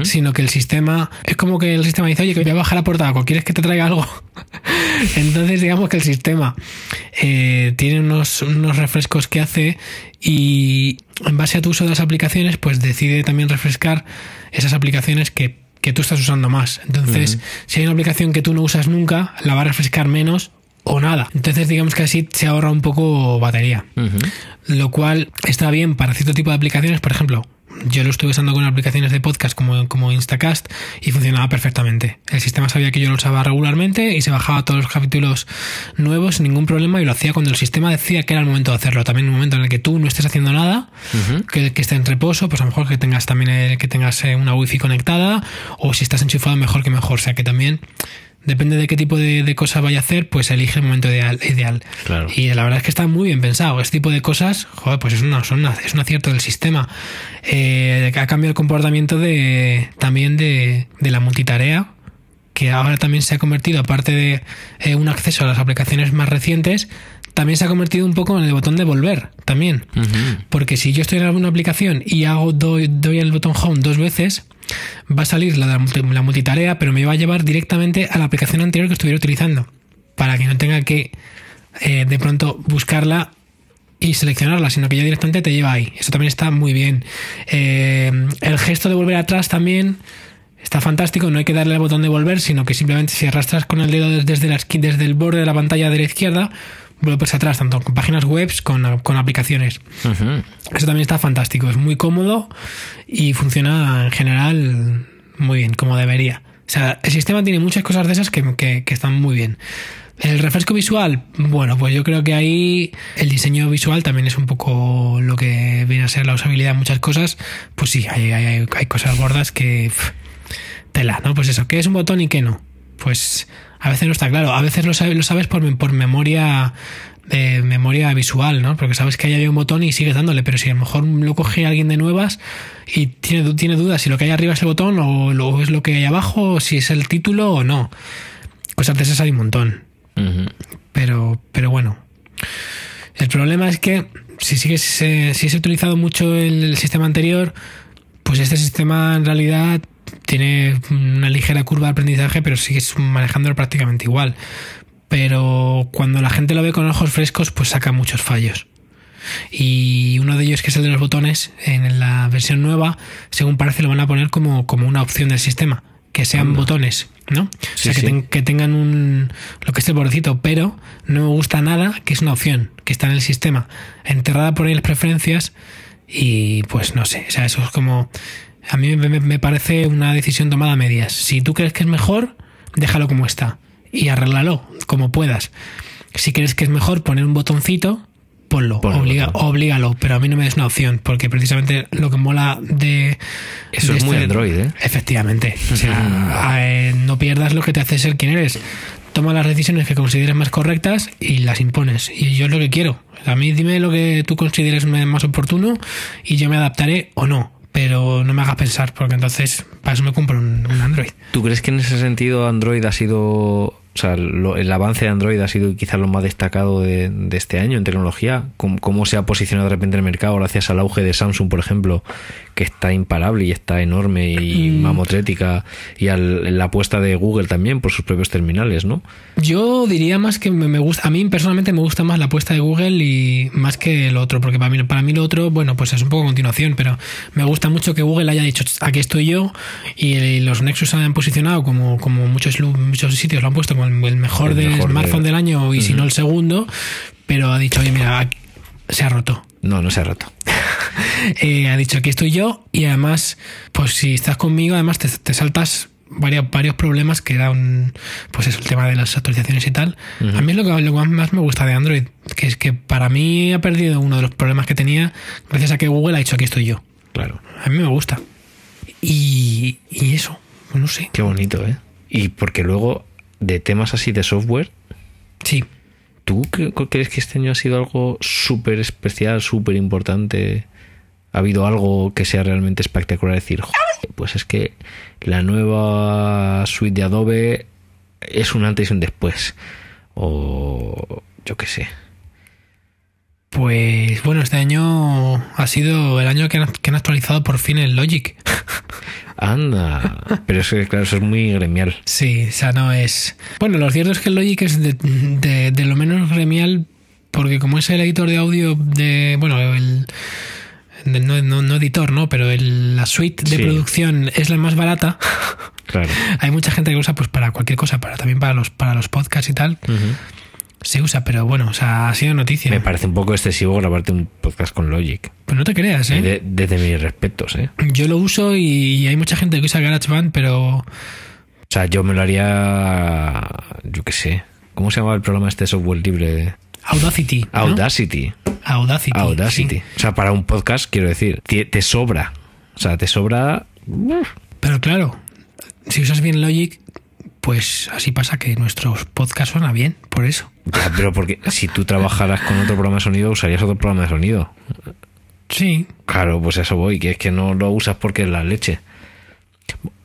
Speaker 1: sino que el sistema, es como que el sistema dice, oye, que voy a bajar a Portaco, ¿quieres que te traiga algo? Entonces, digamos que el sistema eh, tiene unos, unos refrescos que hace y en base a tu uso de las aplicaciones, pues decide también refrescar esas aplicaciones que, que tú estás usando más. Entonces, si hay una aplicación que tú no usas nunca, la va a refrescar menos o nada. Entonces digamos que así se ahorra un poco batería.
Speaker 2: Ujú.
Speaker 1: Lo cual está bien para cierto tipo de aplicaciones, por ejemplo. Yo lo estuve usando con aplicaciones de podcast como, como Instacast y funcionaba perfectamente. El sistema sabía que yo lo usaba regularmente y se bajaba todos los capítulos nuevos sin ningún problema y lo hacía cuando el sistema decía que era el momento de hacerlo. También en un momento en el que tú no estés haciendo nada,
Speaker 2: Ujú.
Speaker 1: que, que esté en reposo, pues a lo mejor que tengas también eh, que tengas eh, una wifi conectada o si estás enchufado mejor que mejor. O sea que también depende de qué tipo de, de cosa vaya a hacer, pues elige el momento ideal. ideal.
Speaker 2: Claro.
Speaker 1: Y la verdad es que está muy bien pensado. Este tipo de cosas, joder, pues es, una, son una- es un acierto del sistema. Eh, ha cambiado el comportamiento de también de, de la multitarea, que ahora también se ha convertido, aparte de eh, un acceso a las aplicaciones más recientes, también se ha convertido un poco en el botón de volver, también.
Speaker 2: Ujú.
Speaker 1: Porque si yo estoy en alguna aplicación y hago doy, doy el botón home dos veces, va a salir la, de la multi- la multitarea, pero me va a llevar directamente a la aplicación anterior que estuviera utilizando. Para que no tenga que eh, de pronto buscarla y seleccionarla, sino que ya directamente te lleva ahí. Eso también está muy bien. Eh, el gesto de volver atrás también está fantástico. No hay que darle al botón de volver, sino que simplemente si arrastras con el dedo des- desde, la esqui- desde el borde de la pantalla de la izquierda, vuelves atrás, tanto con páginas web con, con aplicaciones.
Speaker 2: Ujú.
Speaker 1: Eso también está fantástico, es muy cómodo y funciona en general muy bien, como debería. O sea, el sistema tiene muchas cosas de esas que, que- que están muy bien. El refresco visual, bueno, pues yo creo que ahí el diseño visual también es un poco lo que viene a ser la usabilidad de muchas cosas. Pues sí, hay, hay- hay- hay cosas gordas que... pff, tela, ¿no? Pues eso, ¿qué es un botón y qué no? Pues a veces no está claro, a veces lo sabes, lo sabes por, mem- por memoria de memoria visual, ¿no? Porque sabes que ahí hay un botón y sigues dándole, pero si a lo mejor lo coge alguien de nuevas y tiene, du- tiene dudas si lo que hay arriba es el botón o lo, es lo que hay abajo, o si es el título o no. Cosas de esas hay un montón.
Speaker 2: Ujú.
Speaker 1: Pero, pero bueno. El problema es que si sigues, eh, si has utilizado mucho el, el sistema anterior, pues este sistema en realidad tiene una ligera curva de aprendizaje, pero sigues manejándolo prácticamente igual. Pero cuando la gente lo ve con ojos frescos, pues saca muchos fallos. Y uno de ellos, que es el de los botones, en la versión nueva, según parece, lo van a poner como, como una opción del sistema. Que sean botones, ¿no?
Speaker 2: Sí,
Speaker 1: o sea, que,
Speaker 2: sí.
Speaker 1: ten- que tengan un. lo que es el bordecito, pero no me gusta nada que es una opción, que está en el sistema. Enterrada por ahí en las preferencias, y pues no sé. O sea, eso es como. A mí me, me- me parece una decisión tomada a medias. Si tú crees que es mejor, déjalo como está y arréglalo como puedas. Si crees que es mejor poner un botoncito, ponlo,
Speaker 2: Pon el
Speaker 1: obliga,
Speaker 2: botón.
Speaker 1: oblígalo, pero a mí no me des una opción, porque precisamente lo que mola de...
Speaker 2: Eso
Speaker 1: de
Speaker 2: es muy
Speaker 1: este-
Speaker 2: Android, ¿eh?
Speaker 1: Efectivamente. O sea, a- eh, no pierdas lo que te hace ser quien eres. Toma las decisiones que consideres más correctas y las impones. Y yo es lo que quiero. A mí dime lo que tú consideres me- más oportuno y yo me adaptaré o no. Pero no me hagas pensar, porque entonces para eso me compro un, un Android.
Speaker 2: ¿Tú crees que en ese sentido Android ha sido, o sea, lo- el avance de Android ha sido quizás lo más destacado de, de este año en tecnología? ¿Cómo, cómo se ha posicionado de repente el mercado gracias al auge de Samsung, por ejemplo, que está imparable y está enorme y mamotrética, y al- la apuesta de Google también por sus propios terminales, ¿no?
Speaker 1: Yo diría más que me, me gusta, a mí personalmente me gusta más la apuesta de Google y más que el otro, porque para mí, para mí lo otro, bueno, pues es un poco continuación, pero me gusta mucho que Google haya dicho, "Ch, aquí estoy yo y los Nexus se han posicionado como, como muchos, lu- muchos sitios lo han puesto como el, el mejor,
Speaker 2: El
Speaker 1: del
Speaker 2: mejor de-
Speaker 1: smartphone del año y si no el segundo, pero ha dicho, oye, mira, aquí- se ha roto.
Speaker 2: No, no se ha roto.
Speaker 1: Eh, ha dicho aquí estoy yo y además, pues si estás conmigo, además te, te saltas varios, varios problemas que era un, pues es el tema de las actualizaciones y tal. A mí es lo que, lo que más me gusta de Android, que es que para mí ha perdido uno de los problemas que tenía gracias a que Google ha dicho aquí estoy yo.
Speaker 2: Claro.
Speaker 1: A mí me gusta. Y, y eso, no sé.
Speaker 2: Qué bonito, ¿eh? Y porque luego, de temas así de software,
Speaker 1: Sí.
Speaker 2: ¿Tú cre- cre- crees que este año ha sido algo súper especial, súper importante? ¿Ha habido algo que sea realmente espectacular? Decir, "Joder, pues es que la nueva suite de Adobe es un antes y un después. O yo qué sé.
Speaker 1: Pues bueno, este año ha sido el año que han, que han actualizado por fin el Logic.
Speaker 2: Anda. Pero es que, claro, eso es muy gremial.
Speaker 1: Sí, o sea, no es. Bueno, lo cierto es que el Logic es de, de- de lo menos gremial, porque como es el editor de audio de. Bueno, el. de- no, no- no editor, ¿no? Pero el- la suite de
Speaker 2: Sí.
Speaker 1: producción es la más barata.
Speaker 2: Claro.
Speaker 1: Hay mucha gente que usa pues para cualquier cosa, para también para los, para los podcasts y tal.
Speaker 2: Ujú.
Speaker 1: se usa, pero bueno, o sea, ha sido noticia.
Speaker 2: Me parece un poco excesivo grabarte un podcast con Logic.
Speaker 1: Pues no te creas, ¿eh?
Speaker 2: De- desde mis respetos, ¿eh?
Speaker 1: Yo lo uso y hay mucha gente que usa GarageBand, pero
Speaker 2: O sea, yo me lo haría. Yo qué sé. ¿Cómo se llamaba el programa este software libre?
Speaker 1: Audacity. ¿no?
Speaker 2: Audacity.
Speaker 1: Audacity.
Speaker 2: Audacity.
Speaker 1: sí.
Speaker 2: O sea, para un podcast, quiero decir, te, te sobra. O sea, te sobra.
Speaker 1: Pero claro, si usas bien Logic, pues así pasa que nuestros podcasts suena bien, por eso.
Speaker 2: Ya, pero porque si tú trabajaras con otro programa de sonido, usarías otro programa de sonido.
Speaker 1: Sí.
Speaker 2: Claro, pues a eso voy, que es que no lo usas porque es la leche.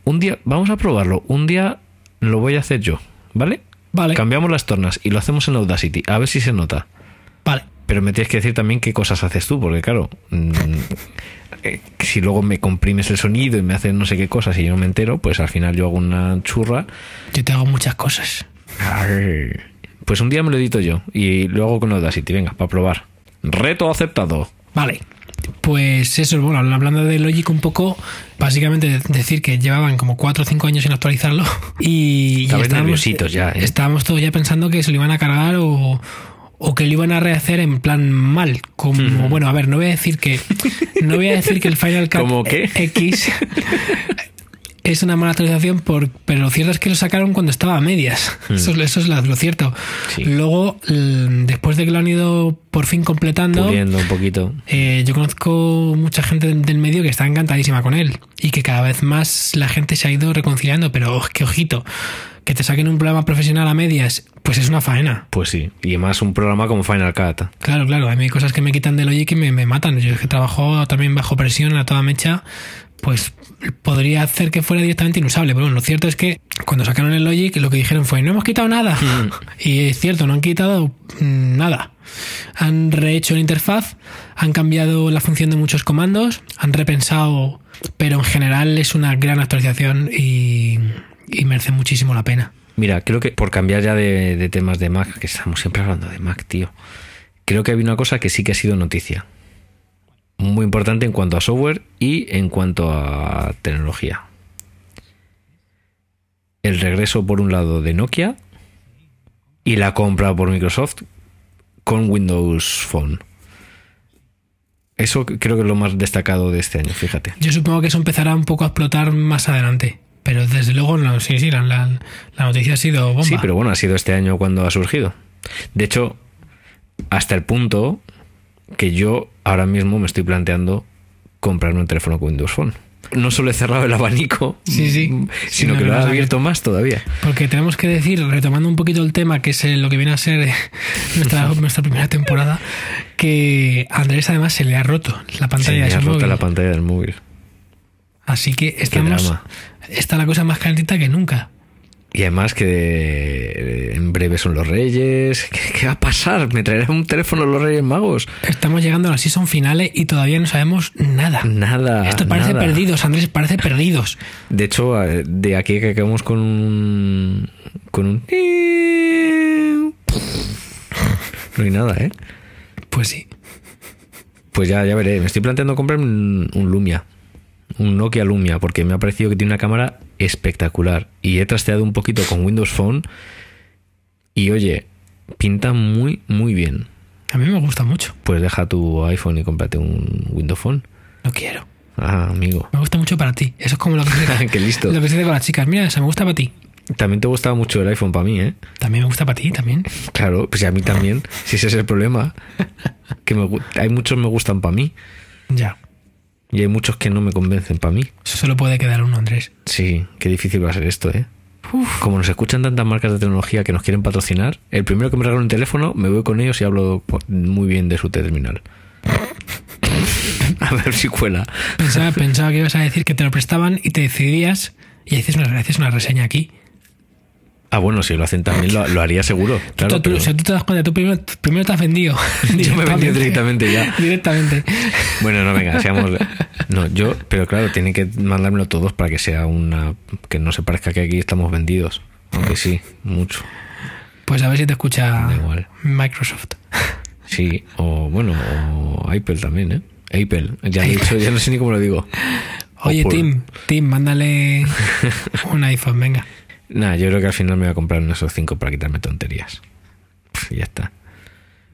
Speaker 2: Un día, vamos a probarlo. Un día lo voy a hacer yo, ¿vale?
Speaker 1: Vale.
Speaker 2: Cambiamos las tornas y lo hacemos en Audacity, a ver si se nota.
Speaker 1: Vale.
Speaker 2: Pero me tienes que decir también qué cosas haces tú, porque claro, mm, eh, si luego me comprimes el sonido y me haces no sé qué cosas y yo no me entero, pues al final yo hago una churra.
Speaker 1: Yo te hago muchas cosas.
Speaker 2: Arr. Pues un día me lo edito yo y lo hago con Audacity, venga, para probar. Reto aceptado.
Speaker 1: Vale. Pues eso, bueno, hablando de Logic un poco, básicamente de- decir que llevaban como 4 o 5 años sin actualizarlo y, y
Speaker 2: Estabais nerviositos ya, ¿eh?
Speaker 1: estábamos todos ya pensando que se lo iban a cargar o, o que lo iban a rehacer en plan mal. Como, bueno, a ver, no voy a decir que no voy a decir que el Final Cut
Speaker 2: ¿Cómo qué?
Speaker 1: X es una mala actualización, por, pero lo cierto es que lo sacaron cuando estaba a medias. Eso, es- eso es la- lo cierto.
Speaker 2: Mm. Sí.
Speaker 1: Luego, l- después de que lo han ido por fin completando...
Speaker 2: Puliendo un poquito.
Speaker 1: Eh, yo conozco mucha gente del del medio que está encantadísima con él y que cada vez más la gente se ha ido reconciliando, pero oh, qué ojito, que te saquen un programa profesional a medias, pues es una faena.
Speaker 2: Pues sí, y más un programa como Final Cut.
Speaker 1: Claro, claro, a mí hay cosas que me quitan del oye que me, me matan. Yo es que trabajo también bajo presión a toda mecha, pues podría hacer que fuera directamente inusable. Pero bueno, lo cierto es que cuando sacaron el Logic lo que dijeron fue, no hemos quitado nada. Y es cierto, no han quitado mm, nada. Han rehecho la interfaz, han cambiado la función de muchos comandos, han repensado, pero en general es una gran actualización y, y merece muchísimo la pena.
Speaker 2: Mira, creo que por cambiar ya de, de temas de Mac, que estamos siempre hablando de Mac, tío. Creo que había una cosa que sí que ha sido noticia. Muy importante en cuanto a software y en cuanto a tecnología. El regreso por un lado de Nokia y la compra por Microsoft con Windows Phone. Eso creo que es lo más destacado de este año, fíjate.
Speaker 1: Yo supongo que eso empezará un poco a explotar más adelante. Pero desde luego, no, sí, sí, la, la- la noticia ha sido bomba.
Speaker 2: Sí, pero bueno, ha sido este año cuando ha surgido. De hecho, hasta el punto que yo ahora mismo me estoy planteando comprarme un teléfono con Windows Phone. No solo he cerrado el abanico,
Speaker 1: Sí, sí.
Speaker 2: mm,
Speaker 1: Sí,
Speaker 2: sino
Speaker 1: no
Speaker 2: que
Speaker 1: lo
Speaker 2: lo he
Speaker 1: vas a ver.
Speaker 2: abierto más todavía.
Speaker 1: Porque tenemos que decir, retomando un poquito el tema, que es eh, lo que viene a ser eh, nuestra, nuestra primera temporada, que a Andrés además se le ha roto la
Speaker 2: Se
Speaker 1: pantalla
Speaker 2: me
Speaker 1: de
Speaker 2: ha
Speaker 1: su
Speaker 2: roto
Speaker 1: móvil.
Speaker 2: la pantalla del móvil.
Speaker 1: Así que estamos,
Speaker 2: drama.
Speaker 1: está la cosa más calentita que nunca.
Speaker 2: Y además que eh, en breve son los Reyes. ¿Qué, qué va a pasar? ¿Me traerán un teléfono los Reyes Magos?
Speaker 1: Estamos llegando a las season finales y todavía no sabemos nada.
Speaker 2: Nada.
Speaker 1: Esto parece
Speaker 2: nada.
Speaker 1: perdidos, Andrés, parece perdidos.
Speaker 2: De hecho, a- de aquí que acabamos con un. con un. No hay nada, ¿eh?
Speaker 1: Pues sí.
Speaker 2: Pues ya, ya veré. Me estoy planteando comprarme un, un Lumia. Un Nokia Lumia, porque me ha parecido que tiene una cámara espectacular. Y he trasteado un poquito con Windows Phone. Y oye, pinta muy, muy bien.
Speaker 1: A mí me gusta mucho.
Speaker 2: Pues deja tu iPhone y cómprate un Windows Phone.
Speaker 1: Lo quiero.
Speaker 2: Ah, amigo.
Speaker 1: Me gusta mucho para ti. Eso es como lo que se
Speaker 2: Qué listo.
Speaker 1: Lo que se dice con las chicas, mira, esa me gusta para ti.
Speaker 2: También te gustaba mucho el iPhone para mí, ¿eh?
Speaker 1: También me gusta para ti, también.
Speaker 2: Claro, pues y a mí también, si ese es el problema. Que me gu- hay muchos me gustan para mí
Speaker 1: Ya.
Speaker 2: y hay muchos que no me convencen para mí.
Speaker 1: Eso solo puede quedar uno, Andrés.
Speaker 2: Sí, qué difícil va a ser esto, ¿eh? Como nos escuchan tantas marcas de tecnología que nos quieren patrocinar, el primero que me regala un teléfono, me voy con ellos y hablo po- muy bien de su terminal. A ver si cuela.
Speaker 1: Pensaba, pensaba que ibas a decir que te lo prestaban y te decidías y haces una, haces una reseña aquí.
Speaker 2: Ah, bueno, si lo hacen también lo, lo haría seguro. Claro,
Speaker 1: tú, tú-
Speaker 2: pero
Speaker 1: o sea, tú te das cuenta, tú primero, primero te has vendido.
Speaker 2: yo me vendí directamente ya.
Speaker 1: Directamente.
Speaker 2: Bueno, no, venga, seamos. No, yo, pero claro, tienen que mandármelo todos para que sea una. que no se parezca que aquí estamos vendidos. Aunque sí, mucho.
Speaker 1: Pues a ver si te escucha
Speaker 2: Da igual.
Speaker 1: Microsoft.
Speaker 2: Sí, o bueno, o Apple también, ¿eh? Apple, ya lo he dicho, ya no sé ni cómo lo digo.
Speaker 1: Oye,
Speaker 2: Apple.
Speaker 1: Tim, Tim, mándale un iPhone, venga.
Speaker 2: Nah, yo creo que al final me voy a comprar unos esos cinco para quitarme tonterías. y ya está.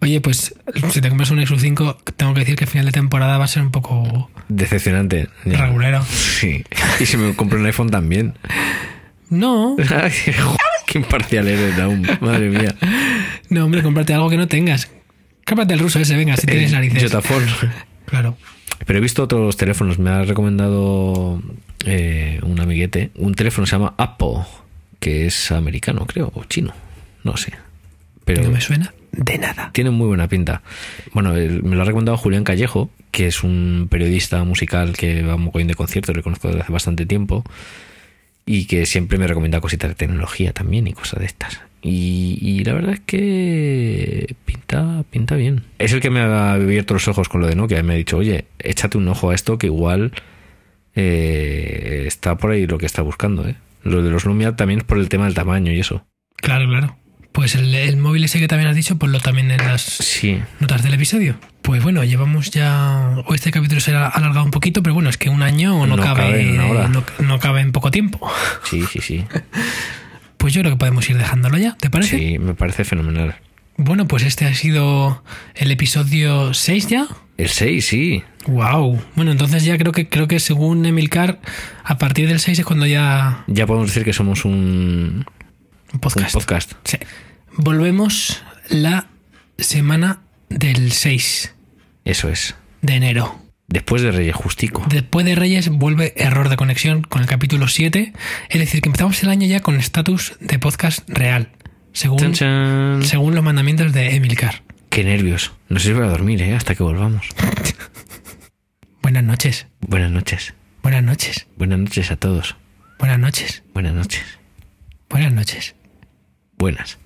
Speaker 1: Oye, pues si te compras un Nexus 5, tengo que decir que el final de temporada va a ser un poco
Speaker 2: Decepcionante. Ya.
Speaker 1: regulero.
Speaker 2: Sí. Y si me compro un iPhone también.
Speaker 1: No,
Speaker 2: Ay, joder, Qué imparcial eres, Daum. Madre mía.
Speaker 1: no, hombre, comprarte algo que no tengas. Cámprate el ruso ese, venga, si tienes narices.
Speaker 2: Jotafone.
Speaker 1: Claro.
Speaker 2: Pero he visto otros teléfonos. Me ha recomendado eh, un amiguete. Un teléfono que se llama Apple, que es americano, creo, o chino. No sé. Pero
Speaker 1: No me suena de nada.
Speaker 2: tiene muy buena pinta. Bueno, el- me lo ha recomendado Julián Callejo, que es un periodista musical que va a un mogollón de conciertos, le conozco desde hace bastante tiempo, y que siempre me recomienda cositas de tecnología también y cosas de estas. Y, y la verdad es que pinta, pinta bien. Es el que me ha abierto los ojos con lo de Nokia. Me ha dicho, oye, échate un ojo a esto que igual eh, está por ahí lo que está buscando. ¿eh? Lo de los Lumia también es por el tema del tamaño y eso.
Speaker 1: Claro, claro. Pues el, el móvil ese que también has dicho, ponlo también en las
Speaker 2: Sí,
Speaker 1: notas del episodio. Pues bueno, llevamos ya. o Este capítulo se ha alargado un poquito, pero bueno, es que un año no,
Speaker 2: No
Speaker 1: cabe,
Speaker 2: cabe en una hora.
Speaker 1: no- no cabe en poco tiempo.
Speaker 2: sí, sí, sí.
Speaker 1: Pues yo creo que podemos ir dejándolo ya, ¿te parece?
Speaker 2: Sí, me parece fenomenal.
Speaker 1: Bueno, pues este ha sido el episodio 6 ya.
Speaker 2: El 6, sí.
Speaker 1: Wow. Bueno, entonces ya creo que creo que según Emilcar, a partir del 6 es cuando ya
Speaker 2: Ya podemos decir que somos un,
Speaker 1: un
Speaker 2: un
Speaker 1: podcast.
Speaker 2: podcast.
Speaker 1: Sí. Volvemos la semana del 6
Speaker 2: Eso es.
Speaker 1: de enero.
Speaker 2: Después de Reyes Justico.
Speaker 1: Después de Reyes vuelve error de conexión con el capítulo 7, es decir, que empezamos el año ya con estatus de podcast real, según,
Speaker 2: Chan, chan.
Speaker 1: según los mandamientos de Emilcar.
Speaker 2: Qué nervios. No sé si voy a dormir, ¿eh? Hasta que volvamos.
Speaker 1: Buenas noches,
Speaker 2: Buenas noches.
Speaker 1: buenas noches,
Speaker 2: Buenas noches a todos.
Speaker 1: buenas noches,
Speaker 2: Buenas noches.
Speaker 1: buenas noches.
Speaker 2: Buenas.